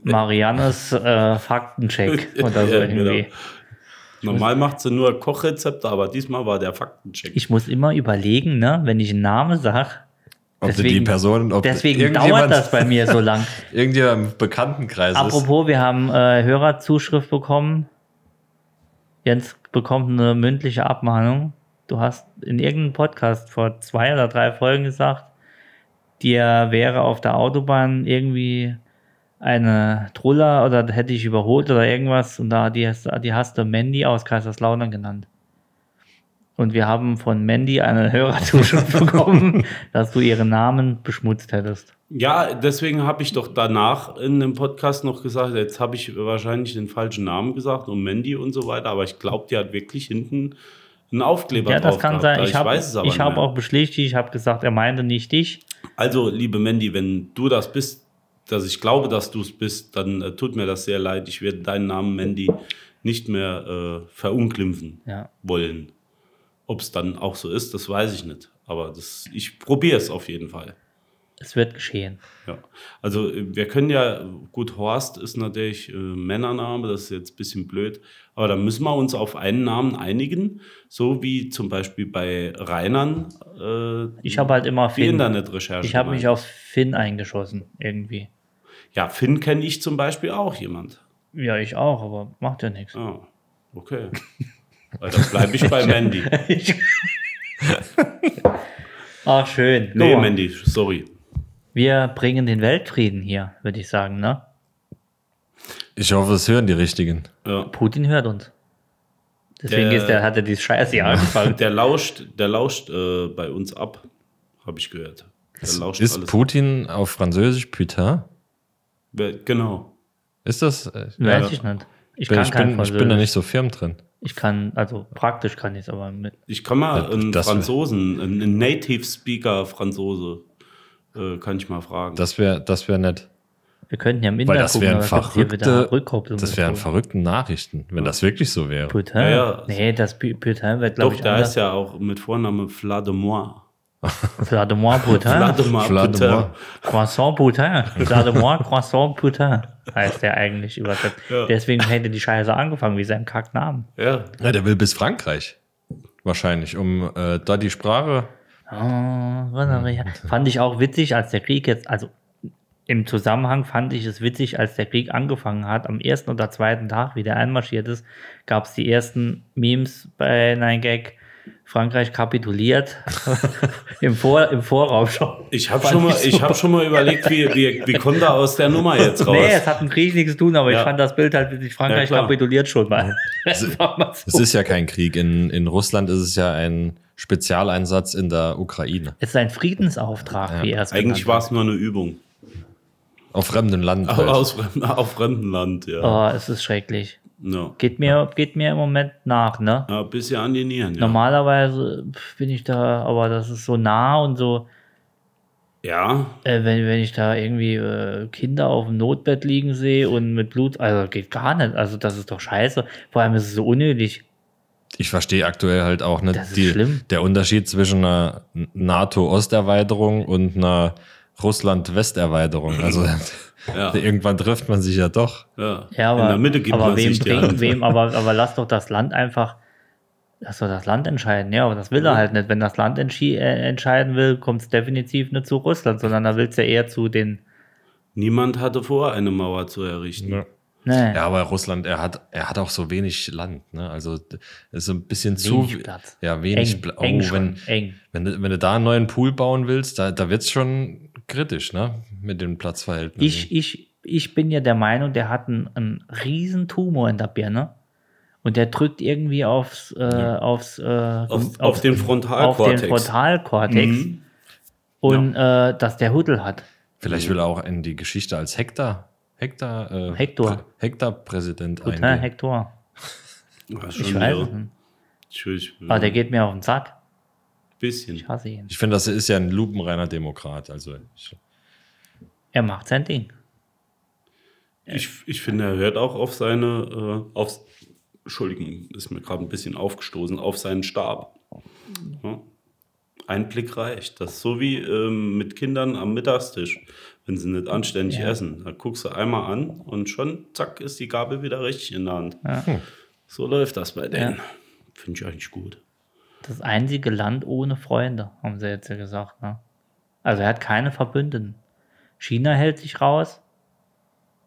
Speaker 3: Mariannes
Speaker 2: [LAUGHS]
Speaker 3: äh, Faktencheck oder so
Speaker 2: Ja,
Speaker 3: irgendwie.
Speaker 2: genau. Normal macht sie nur Kochrezepte, aber diesmal war der Faktencheck.
Speaker 3: Ich muss immer überlegen, ne, wenn ich einen Namen sage.
Speaker 4: Ob du die Person, ob
Speaker 3: deswegen dauert
Speaker 4: irgendjemand-
Speaker 3: das bei mir so lang.
Speaker 4: [LAUGHS] Irgendjemand im Bekanntenkreis ist.
Speaker 3: Apropos, wir haben äh, Hörerzuschrift bekommen. Jens bekommt eine mündliche Abmahnung. Du hast in irgendeinem Podcast vor zwei oder drei Folgen gesagt, dir wäre auf der Autobahn irgendwie eine Truller oder hätte ich überholt oder irgendwas und da die, hast- die hast du Mandy aus Kaiserslautern genannt. Und wir haben von Mandy eine [LAUGHS] Hörerzuschrift bekommen, dass du ihren Namen beschmutzt hättest.
Speaker 2: Ja, deswegen habe ich doch danach in dem Podcast noch gesagt, jetzt habe ich wahrscheinlich den falschen Namen gesagt und Mandy und so weiter, aber ich glaube, die hat wirklich hinten einen Aufkleber
Speaker 3: Ja, das
Speaker 2: drauf
Speaker 3: kann
Speaker 2: gehabt. Also
Speaker 3: sein. Ich, hab-
Speaker 2: weiß es aber
Speaker 3: ich habe
Speaker 2: nicht mehr.
Speaker 3: auch beschlichtigt, ich habe gesagt, er meinte nicht dich.
Speaker 2: Also, liebe Mandy, wenn du das bist, dass ich glaube, dass du es bist, dann äh, tut mir das sehr leid. Ich werde deinen Namen Mandy nicht mehr äh, verunglimpfen
Speaker 3: Ja.
Speaker 2: wollen. Ob es dann auch so ist, das weiß ich nicht. Aber das, ich probiere es auf jeden Fall.
Speaker 3: Es wird geschehen.
Speaker 2: Ja. Also äh, wir können ja, gut, Horst ist natürlich äh, Männername, das ist jetzt ein bisschen blöd, aber da müssen wir uns auf einen Namen einigen, so wie zum Beispiel bei Rainern äh,
Speaker 3: Ich habe halt immer
Speaker 2: die
Speaker 3: Finn.
Speaker 2: Internetrecherche.
Speaker 3: Ich habe mich
Speaker 2: gemacht.
Speaker 3: auf Finn eingeschossen, irgendwie.
Speaker 2: Ja, Finn kenne ich zum Beispiel auch jemand.
Speaker 3: Ja, ich auch, aber macht
Speaker 2: [LAUGHS]
Speaker 3: ja nichts.
Speaker 2: Ah, okay. Also dann bleibe ich bei
Speaker 3: [LAUGHS]
Speaker 2: Mandy.
Speaker 3: Ach, Ah, schön. Guck
Speaker 2: Nee,
Speaker 3: mal.
Speaker 2: Mandy, sorry.
Speaker 3: Wir bringen den Weltfrieden hier, würde ich sagen, ne?
Speaker 4: Ich hoffe, es hören die Richtigen.
Speaker 2: Ja.
Speaker 3: Putin hört uns. Deswegen
Speaker 2: Der-
Speaker 3: ist der, hat er dieses Scheiße
Speaker 2: [LAUGHS]
Speaker 3: hier angefangen.
Speaker 2: Der lauscht, der lauscht äh, bei uns ab, habe ich gehört. Der lauscht
Speaker 4: Ist
Speaker 2: alles.
Speaker 4: Putin auf Französisch Putin?
Speaker 2: Wer- Genau.
Speaker 4: Ist das? äh,
Speaker 3: Weiß
Speaker 4: ja,
Speaker 3: ich nicht. Ich
Speaker 4: bin,
Speaker 3: kann
Speaker 4: ich,
Speaker 3: kein
Speaker 4: bin, ich bin da
Speaker 3: Französisch.
Speaker 4: nicht so firm drin.
Speaker 3: Ich kann, also praktisch kann ich es, aber mit,
Speaker 2: Ich kann mal einen
Speaker 4: Das-
Speaker 2: Franzosen, einen einen Native Speaker Franzose, äh, kann ich mal fragen.
Speaker 4: Das wäre das wär nett.
Speaker 3: wir könnten ja im
Speaker 4: Weil
Speaker 3: Internet
Speaker 4: das wären
Speaker 3: was gibt's hier wieder
Speaker 4: verrückte,
Speaker 3: Rückkopplung
Speaker 4: das wären
Speaker 3: dazu.
Speaker 4: verrückte Nachrichten, wenn das wirklich so wäre.
Speaker 3: Putin.
Speaker 2: Ja, ja.
Speaker 3: Nee, das Pu- Putin wird, glaube
Speaker 2: Doch,
Speaker 3: ich,
Speaker 2: da
Speaker 3: anders.
Speaker 2: ist ja auch mit Vorname Vladimir.
Speaker 3: Flademoi Putin.
Speaker 2: Vladimir
Speaker 4: Vladimir.
Speaker 2: Putin.
Speaker 3: Croissant Putin. Flademoi Croissant Putin. Heißt der eigentlich übersetzt. Deswegen hätte die Scheiße angefangen, wie sein Kacknamen.
Speaker 2: Ja,
Speaker 4: Ja, der will bis Frankreich. Wahrscheinlich, um äh, da die Sprache.
Speaker 3: Oh, was haben wir hier? fand ich auch witzig, als der Krieg jetzt, also im Zusammenhang fand ich es witzig, als der Krieg angefangen hat, am ersten oder zweiten Tag, wie der einmarschiert ist, gab es die ersten Memes bei 9gag. Frankreich kapituliert [LAUGHS] im, Vor im Vorraum schon.
Speaker 2: ich habe
Speaker 3: Fand
Speaker 2: schon, mal-
Speaker 3: ich
Speaker 2: ich
Speaker 3: super.
Speaker 2: hab schon mal überlegt, wie, wie, wie kommt da aus der Nummer jetzt raus?
Speaker 3: [LAUGHS] Nee, es hat mit Krieg nichts zu tun, aber
Speaker 2: Oh, Ja.
Speaker 3: ich fand das Bild halt witzig. Frankreich
Speaker 2: Ja, klar.
Speaker 3: kapituliert schon [LAUGHS] mal. Einfach mal
Speaker 4: Es
Speaker 3: so.
Speaker 4: ist ja kein Krieg. In, in Russland ist es ja ein Spezialeinsatz in der Ukraine.
Speaker 3: Es ist ein Friedensauftrag, wie er es
Speaker 2: Eigentlich war
Speaker 3: genannt
Speaker 2: es nur eine Übung.
Speaker 4: Auf fremdem Land. Halt.
Speaker 2: Aus, fremden- auf fremdem Land, ja.
Speaker 3: hat. Oh, es ist schrecklich.
Speaker 2: Ja.
Speaker 3: Geht mir, geht mir im Moment nach, ne?
Speaker 2: Ja, bisschen an die Nieren, ja.
Speaker 3: Normalerweise pf, bin ich da, aber das ist so nah und so,
Speaker 2: Ja,
Speaker 3: äh, wenn, wenn ich da irgendwie äh, Kinder auf dem Notbett liegen sehe und mit Blut, also geht gar nicht. Also das ist doch scheiße. Vor allem ist es so unnötig.
Speaker 4: Ich verstehe aktuell halt auch nicht
Speaker 3: Das ist
Speaker 4: die,
Speaker 3: schlimm.
Speaker 4: der Unterschied zwischen einer NATO-Osterweiterung und einer Russland-Westerweiterung. Also
Speaker 2: Ja.
Speaker 4: [LAUGHS] irgendwann trifft man sich ja doch.
Speaker 2: ja.
Speaker 3: Ja, aber,
Speaker 2: In der Mitte gibt
Speaker 3: aber
Speaker 2: man
Speaker 3: wem
Speaker 2: sich die
Speaker 3: bringt-
Speaker 2: Hand.
Speaker 3: wem, aber, aber lass doch das Land einfach, lass doch das Land entscheiden. Ja, aber das will er halt nicht. Wenn das Land entschi- äh, entscheiden will, kommt es definitiv nicht zu Russland, sondern da will es ja eher zu den.
Speaker 2: Niemand hatte vor, eine Mauer zu errichten.
Speaker 4: Ja.
Speaker 3: Nee,
Speaker 4: Ja, aber Russland, er hat, er hat auch so wenig Land, ne? Also d- ist so ein bisschen zu.
Speaker 3: Wenig Platz.
Speaker 4: Ja,
Speaker 3: eng,
Speaker 4: wenig Platz.
Speaker 3: eng
Speaker 4: Oh, wenn,
Speaker 3: schon, eng.
Speaker 4: wenn, du- wenn du da einen neuen Pool bauen willst, da, da wird es schon kritisch, ne? Mit den
Speaker 2: Mhm.
Speaker 4: Platzverhältnissen.
Speaker 3: Ich, ich, ich bin ja der Meinung, der hat einen, einen riesen Tumor in der Birne. Und der drückt irgendwie aufs, äh, aufs, äh,
Speaker 2: Auf, auf den
Speaker 3: auf den
Speaker 2: Frontalkortex.
Speaker 3: Frontalkortex
Speaker 2: Mhm.
Speaker 3: und äh, dass der Huddel hat.
Speaker 4: Vielleicht will er auch in die Geschichte als Hektar. Hektar. Äh,
Speaker 3: Hektor.
Speaker 4: Hektar-Präsident
Speaker 3: Gut, ne,
Speaker 4: eingehen.
Speaker 3: Hector.
Speaker 2: Ja, schon
Speaker 3: Ich weiß
Speaker 2: so.
Speaker 3: es nicht. Ah.
Speaker 2: Ich- ich-
Speaker 3: Aber der geht mir auf den Sack. Ich
Speaker 2: bisschen.
Speaker 3: hasse ihn.
Speaker 4: Ich finde, das ist ja ein lupenreiner Demokrat. Also ich,
Speaker 3: Er macht sein Ding.
Speaker 2: Ich, ich finde, er hört auch auf seine, äh, auf, Entschuldigung, ist mir gerade ein bisschen aufgestoßen, auf seinen Stab. Ja. Ein Blick reicht. Das ist so wie ähm, mit Kindern am Mittagstisch, wenn sie nicht anständig essen. Da guckst du einmal an und schon, zack, ist die Gabel wieder richtig in der Hand. So läuft das bei denen. Finde ich eigentlich gut.
Speaker 3: Das einzige Land ohne Freunde, haben sie jetzt ja gesagt. Ne? Also er hat keine Verbündeten. China hält sich raus.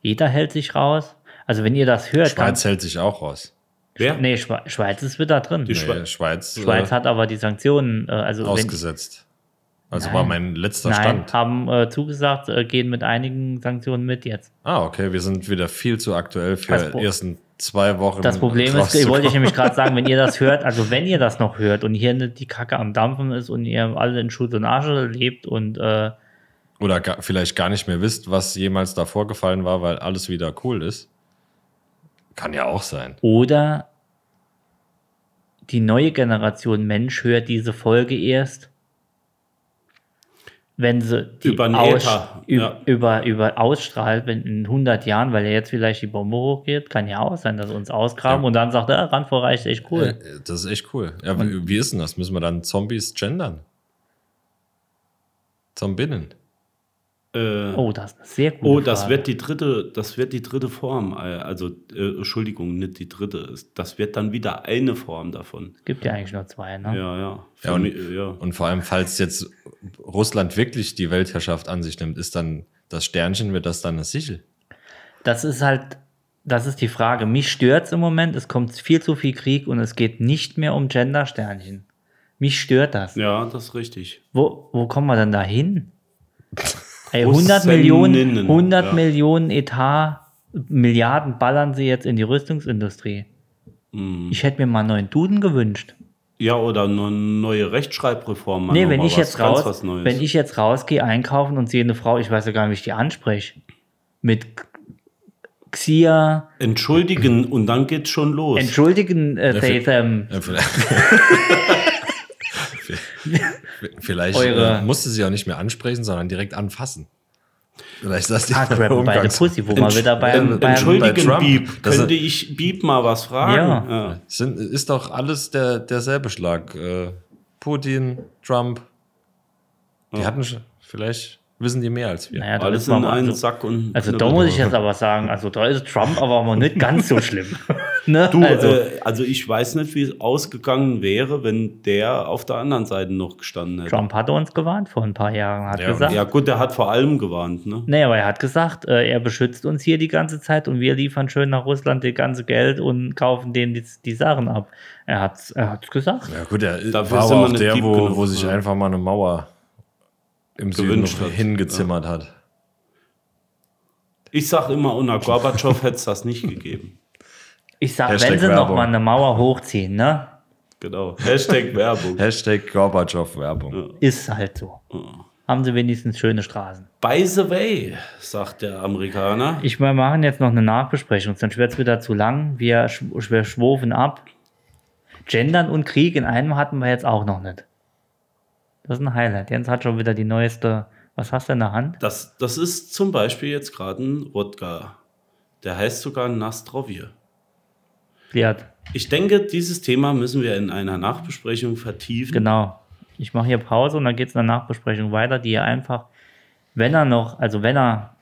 Speaker 3: Jeder hält sich raus. Also wenn ihr das hört,
Speaker 4: Schweiz hält sich auch raus.
Speaker 2: Wer?
Speaker 3: Dann, nee, Schwe Schweiz ist wieder drin.
Speaker 2: Die Schwe-
Speaker 4: Nee, Schweiz,
Speaker 3: Schweiz
Speaker 4: äh,
Speaker 3: hat aber die Sanktionen, äh, also wenn,
Speaker 4: ausgesetzt. Also war mein letzter
Speaker 3: nein,
Speaker 4: Stand.
Speaker 3: haben äh, zugesagt, äh, gehen mit einigen Sanktionen mit jetzt.
Speaker 4: Ah, okay, wir sind wieder viel zu aktuell für
Speaker 3: Das Pro-
Speaker 4: die ersten zwei Wochen.
Speaker 3: Das Problem ist, ich
Speaker 4: rauszukommen.
Speaker 3: wollte ich nämlich gerade sagen, wenn ihr das hört, also wenn ihr das noch hört und hier nicht die Kacke am Dampfen ist und ihr alle in Schutt und Asche lebt und äh,
Speaker 4: Oder gar, vielleicht gar nicht mehr wisst, was jemals da vorgefallen war, weil alles wieder cool ist. Kann ja auch sein.
Speaker 3: oder die neue Generation Mensch hört diese Folge erst, wenn sie die
Speaker 2: Über den
Speaker 3: aus,
Speaker 2: Äther,
Speaker 3: üb-
Speaker 2: ja.
Speaker 3: über, über ausstrahlt, wenn in 100 Jahren, weil ja jetzt vielleicht die Bombe hochgeht, kann ja auch sein, dass sie uns ausgraben und dann sagt er, Randvorreich ist echt cool.
Speaker 4: Äh, Das ist echt cool. Ja, wie, wie ist denn das? Müssen wir dann Zombies gendern? Zombinnen.
Speaker 2: Äh,
Speaker 3: Oh, das ist eine sehr gut.
Speaker 2: Oh, das wird die dritte, das wird die dritte Form. äh, Also äh, Entschuldigung, nicht die dritte. ist- Das wird dann wieder eine Form davon.
Speaker 3: Gibt ja eigentlich nur zwei, ne?
Speaker 2: Ja, ja. Für
Speaker 4: Ja, und-
Speaker 2: mi- äh, ja.
Speaker 4: Und vor allem, falls jetzt Russland wirklich die Weltherrschaft an sich nimmt, ist dann das Sternchen, wird das dann eine Sichel?
Speaker 3: Das ist halt, das ist die Frage. Mich stört es im Moment, es kommt viel zu viel Krieg und es geht nicht mehr um Gendersternchen. Mich stört das.
Speaker 2: ja, das ist richtig.
Speaker 3: Wo, wo kommen wir denn da
Speaker 2: [LAUGHS]
Speaker 3: hin? Ey,
Speaker 2: Russen
Speaker 3: 100 Millionen,
Speaker 2: nennen,
Speaker 3: 100
Speaker 2: ja.
Speaker 3: Millionen Etat, Milliarden ballern sie jetzt in die Rüstungsindustrie.
Speaker 2: Mhm.
Speaker 3: Ich hätte mir mal einen neuen Duden gewünscht.
Speaker 2: Ja, oder eine neue Rechtschreibreform. machen
Speaker 3: Nee,
Speaker 2: wir
Speaker 3: wenn
Speaker 2: mal
Speaker 3: ich,
Speaker 2: was
Speaker 3: jetzt
Speaker 2: ganz
Speaker 3: raus,
Speaker 2: was Neues.
Speaker 3: wenn ich jetzt rausgehe einkaufen und sehe eine Frau, ich weiß ja gar nicht, wie ich die anspreche. mit Xia,
Speaker 2: Entschuldigen und dann geht's schon los.
Speaker 3: entschuldigen, äh,
Speaker 4: Ja, viel-
Speaker 3: Statham. [LAUGHS]
Speaker 4: Ja, vielleicht. vielleicht
Speaker 3: Eure-
Speaker 4: äh, musste sie auch nicht mehr ansprechen, sondern direkt anfassen. Vielleicht saß die [LAUGHS]
Speaker 3: Ah, grab by the
Speaker 4: Umgangs-
Speaker 3: Pussy, wo man
Speaker 2: Entsch-
Speaker 3: wieder beim,
Speaker 2: Ent-
Speaker 3: beim
Speaker 4: Ähm, bei
Speaker 2: Entschuldigen,
Speaker 4: Trump.
Speaker 2: Beep.
Speaker 4: Das
Speaker 2: Könnte
Speaker 4: ist-
Speaker 2: ich Beep mal was fragen?
Speaker 3: Ja.
Speaker 2: Ja.
Speaker 4: Sind, ist doch alles der, derselbe Schlag. Äh, Putin, Trump. Die hatten schon, vielleicht wissen die mehr als wir.
Speaker 3: Naja, da
Speaker 2: Alles
Speaker 3: wissen wir
Speaker 2: in
Speaker 3: mal-
Speaker 2: einen
Speaker 3: also,
Speaker 2: Sack und.
Speaker 3: Also da muss ich jetzt aber sagen, also da ist Trump aber mal nicht ganz so schlimm. [LAUGHS] ne?
Speaker 2: Du,
Speaker 3: also,
Speaker 2: also, äh, also ich weiß nicht, wie es ausgegangen wäre, wenn der auf der anderen Seite noch gestanden hätte.
Speaker 3: Trump hatte uns gewarnt vor ein paar Jahren, hat
Speaker 4: Ja, und
Speaker 3: gesagt.
Speaker 2: Ja, gut, der hat vor allem gewarnt, ne?
Speaker 3: Nee, aber er hat gesagt, äh, er beschützt uns hier die ganze Zeit und wir liefern schön nach Russland das ganze Geld und kaufen denen die, die Sachen ab. Er hat er hat's gesagt.
Speaker 4: Ja gut, der
Speaker 2: Dafür
Speaker 4: war
Speaker 2: sind
Speaker 4: aber
Speaker 2: wir
Speaker 4: auch
Speaker 2: nicht
Speaker 4: der,
Speaker 2: deep
Speaker 4: wo,
Speaker 2: genug,
Speaker 4: wo sich
Speaker 2: ja.
Speaker 4: einfach mal eine Mauer im Süden
Speaker 2: Gewünscht
Speaker 4: noch
Speaker 2: hat,
Speaker 4: hingezimmert hat.
Speaker 2: Ich sag immer, unter Gorbatschow hätte es das nicht gegeben.
Speaker 3: Ich sag,
Speaker 4: Hashtag
Speaker 3: wenn sie
Speaker 4: Werbung.
Speaker 3: noch mal eine Mauer hochziehen, ne?
Speaker 2: Genau. Hashtag Werbung.
Speaker 4: Hashtag Gorbatschow-Werbung.
Speaker 3: Ist halt so.
Speaker 4: Mhm.
Speaker 3: Haben sie wenigstens schöne Straßen.
Speaker 2: By the way, sagt der Amerikaner.
Speaker 3: Ich wir machen jetzt noch eine Nachbesprechung, sonst wird es wieder zu lang. Wir, sch- wir schwurfen ab. Gendern und Krieg in einem hatten wir jetzt auch noch nicht. Das ist ein Highlight. Jens hat schon wieder die neueste. Was hast du in der Hand?
Speaker 2: Das, das ist zum Beispiel jetzt gerade ein Wodka. Der heißt sogar Nastrovje.
Speaker 3: Liat.
Speaker 2: Ich denke, dieses Thema müssen wir in einer Nachbesprechung vertiefen.
Speaker 3: Genau. Ich mache hier Pause und dann geht es in der Nachbesprechung weiter, die ihr einfach, wenn er noch, also wenn er,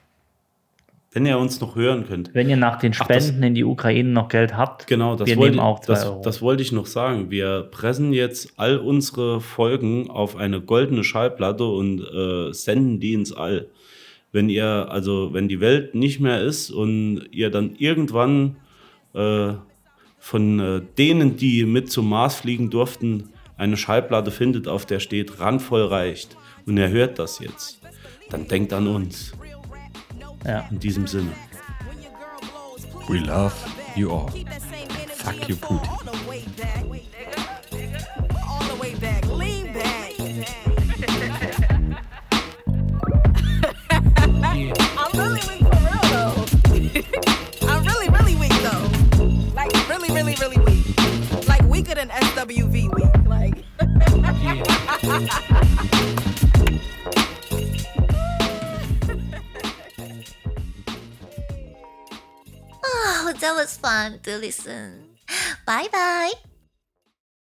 Speaker 2: Wenn ihr uns noch hören könnt.
Speaker 3: wenn ihr nach den
Speaker 2: Ach, das-
Speaker 3: Spenden in die Ukraine noch Geld habt,
Speaker 2: Genau, das,
Speaker 3: wir
Speaker 2: wollte,
Speaker 3: nehmen auch zwei
Speaker 2: das,
Speaker 3: Euro.
Speaker 2: das wollte ich noch sagen. Wir pressen jetzt all unsere Folgen auf eine goldene Schallplatte und äh, senden die ins All. Wenn ihr, also wenn die Welt nicht mehr ist und ihr dann irgendwann äh, von äh, denen, die mit zum Mars fliegen durften, eine Schallplatte findet, auf der steht, randvoll reicht und ihr hört das jetzt, dann denkt an uns.
Speaker 3: Ja.
Speaker 2: In diesem Sinne.
Speaker 4: We love you all. Fuck you, Putin.
Speaker 1: All the way back. All the way back. Lean back. I'm really weak for real though. I'm really, really weak though. Like really, really, really weak. Like weaker than SWV weak. Like.
Speaker 5: Oh, that was fun to listen. Bye bye.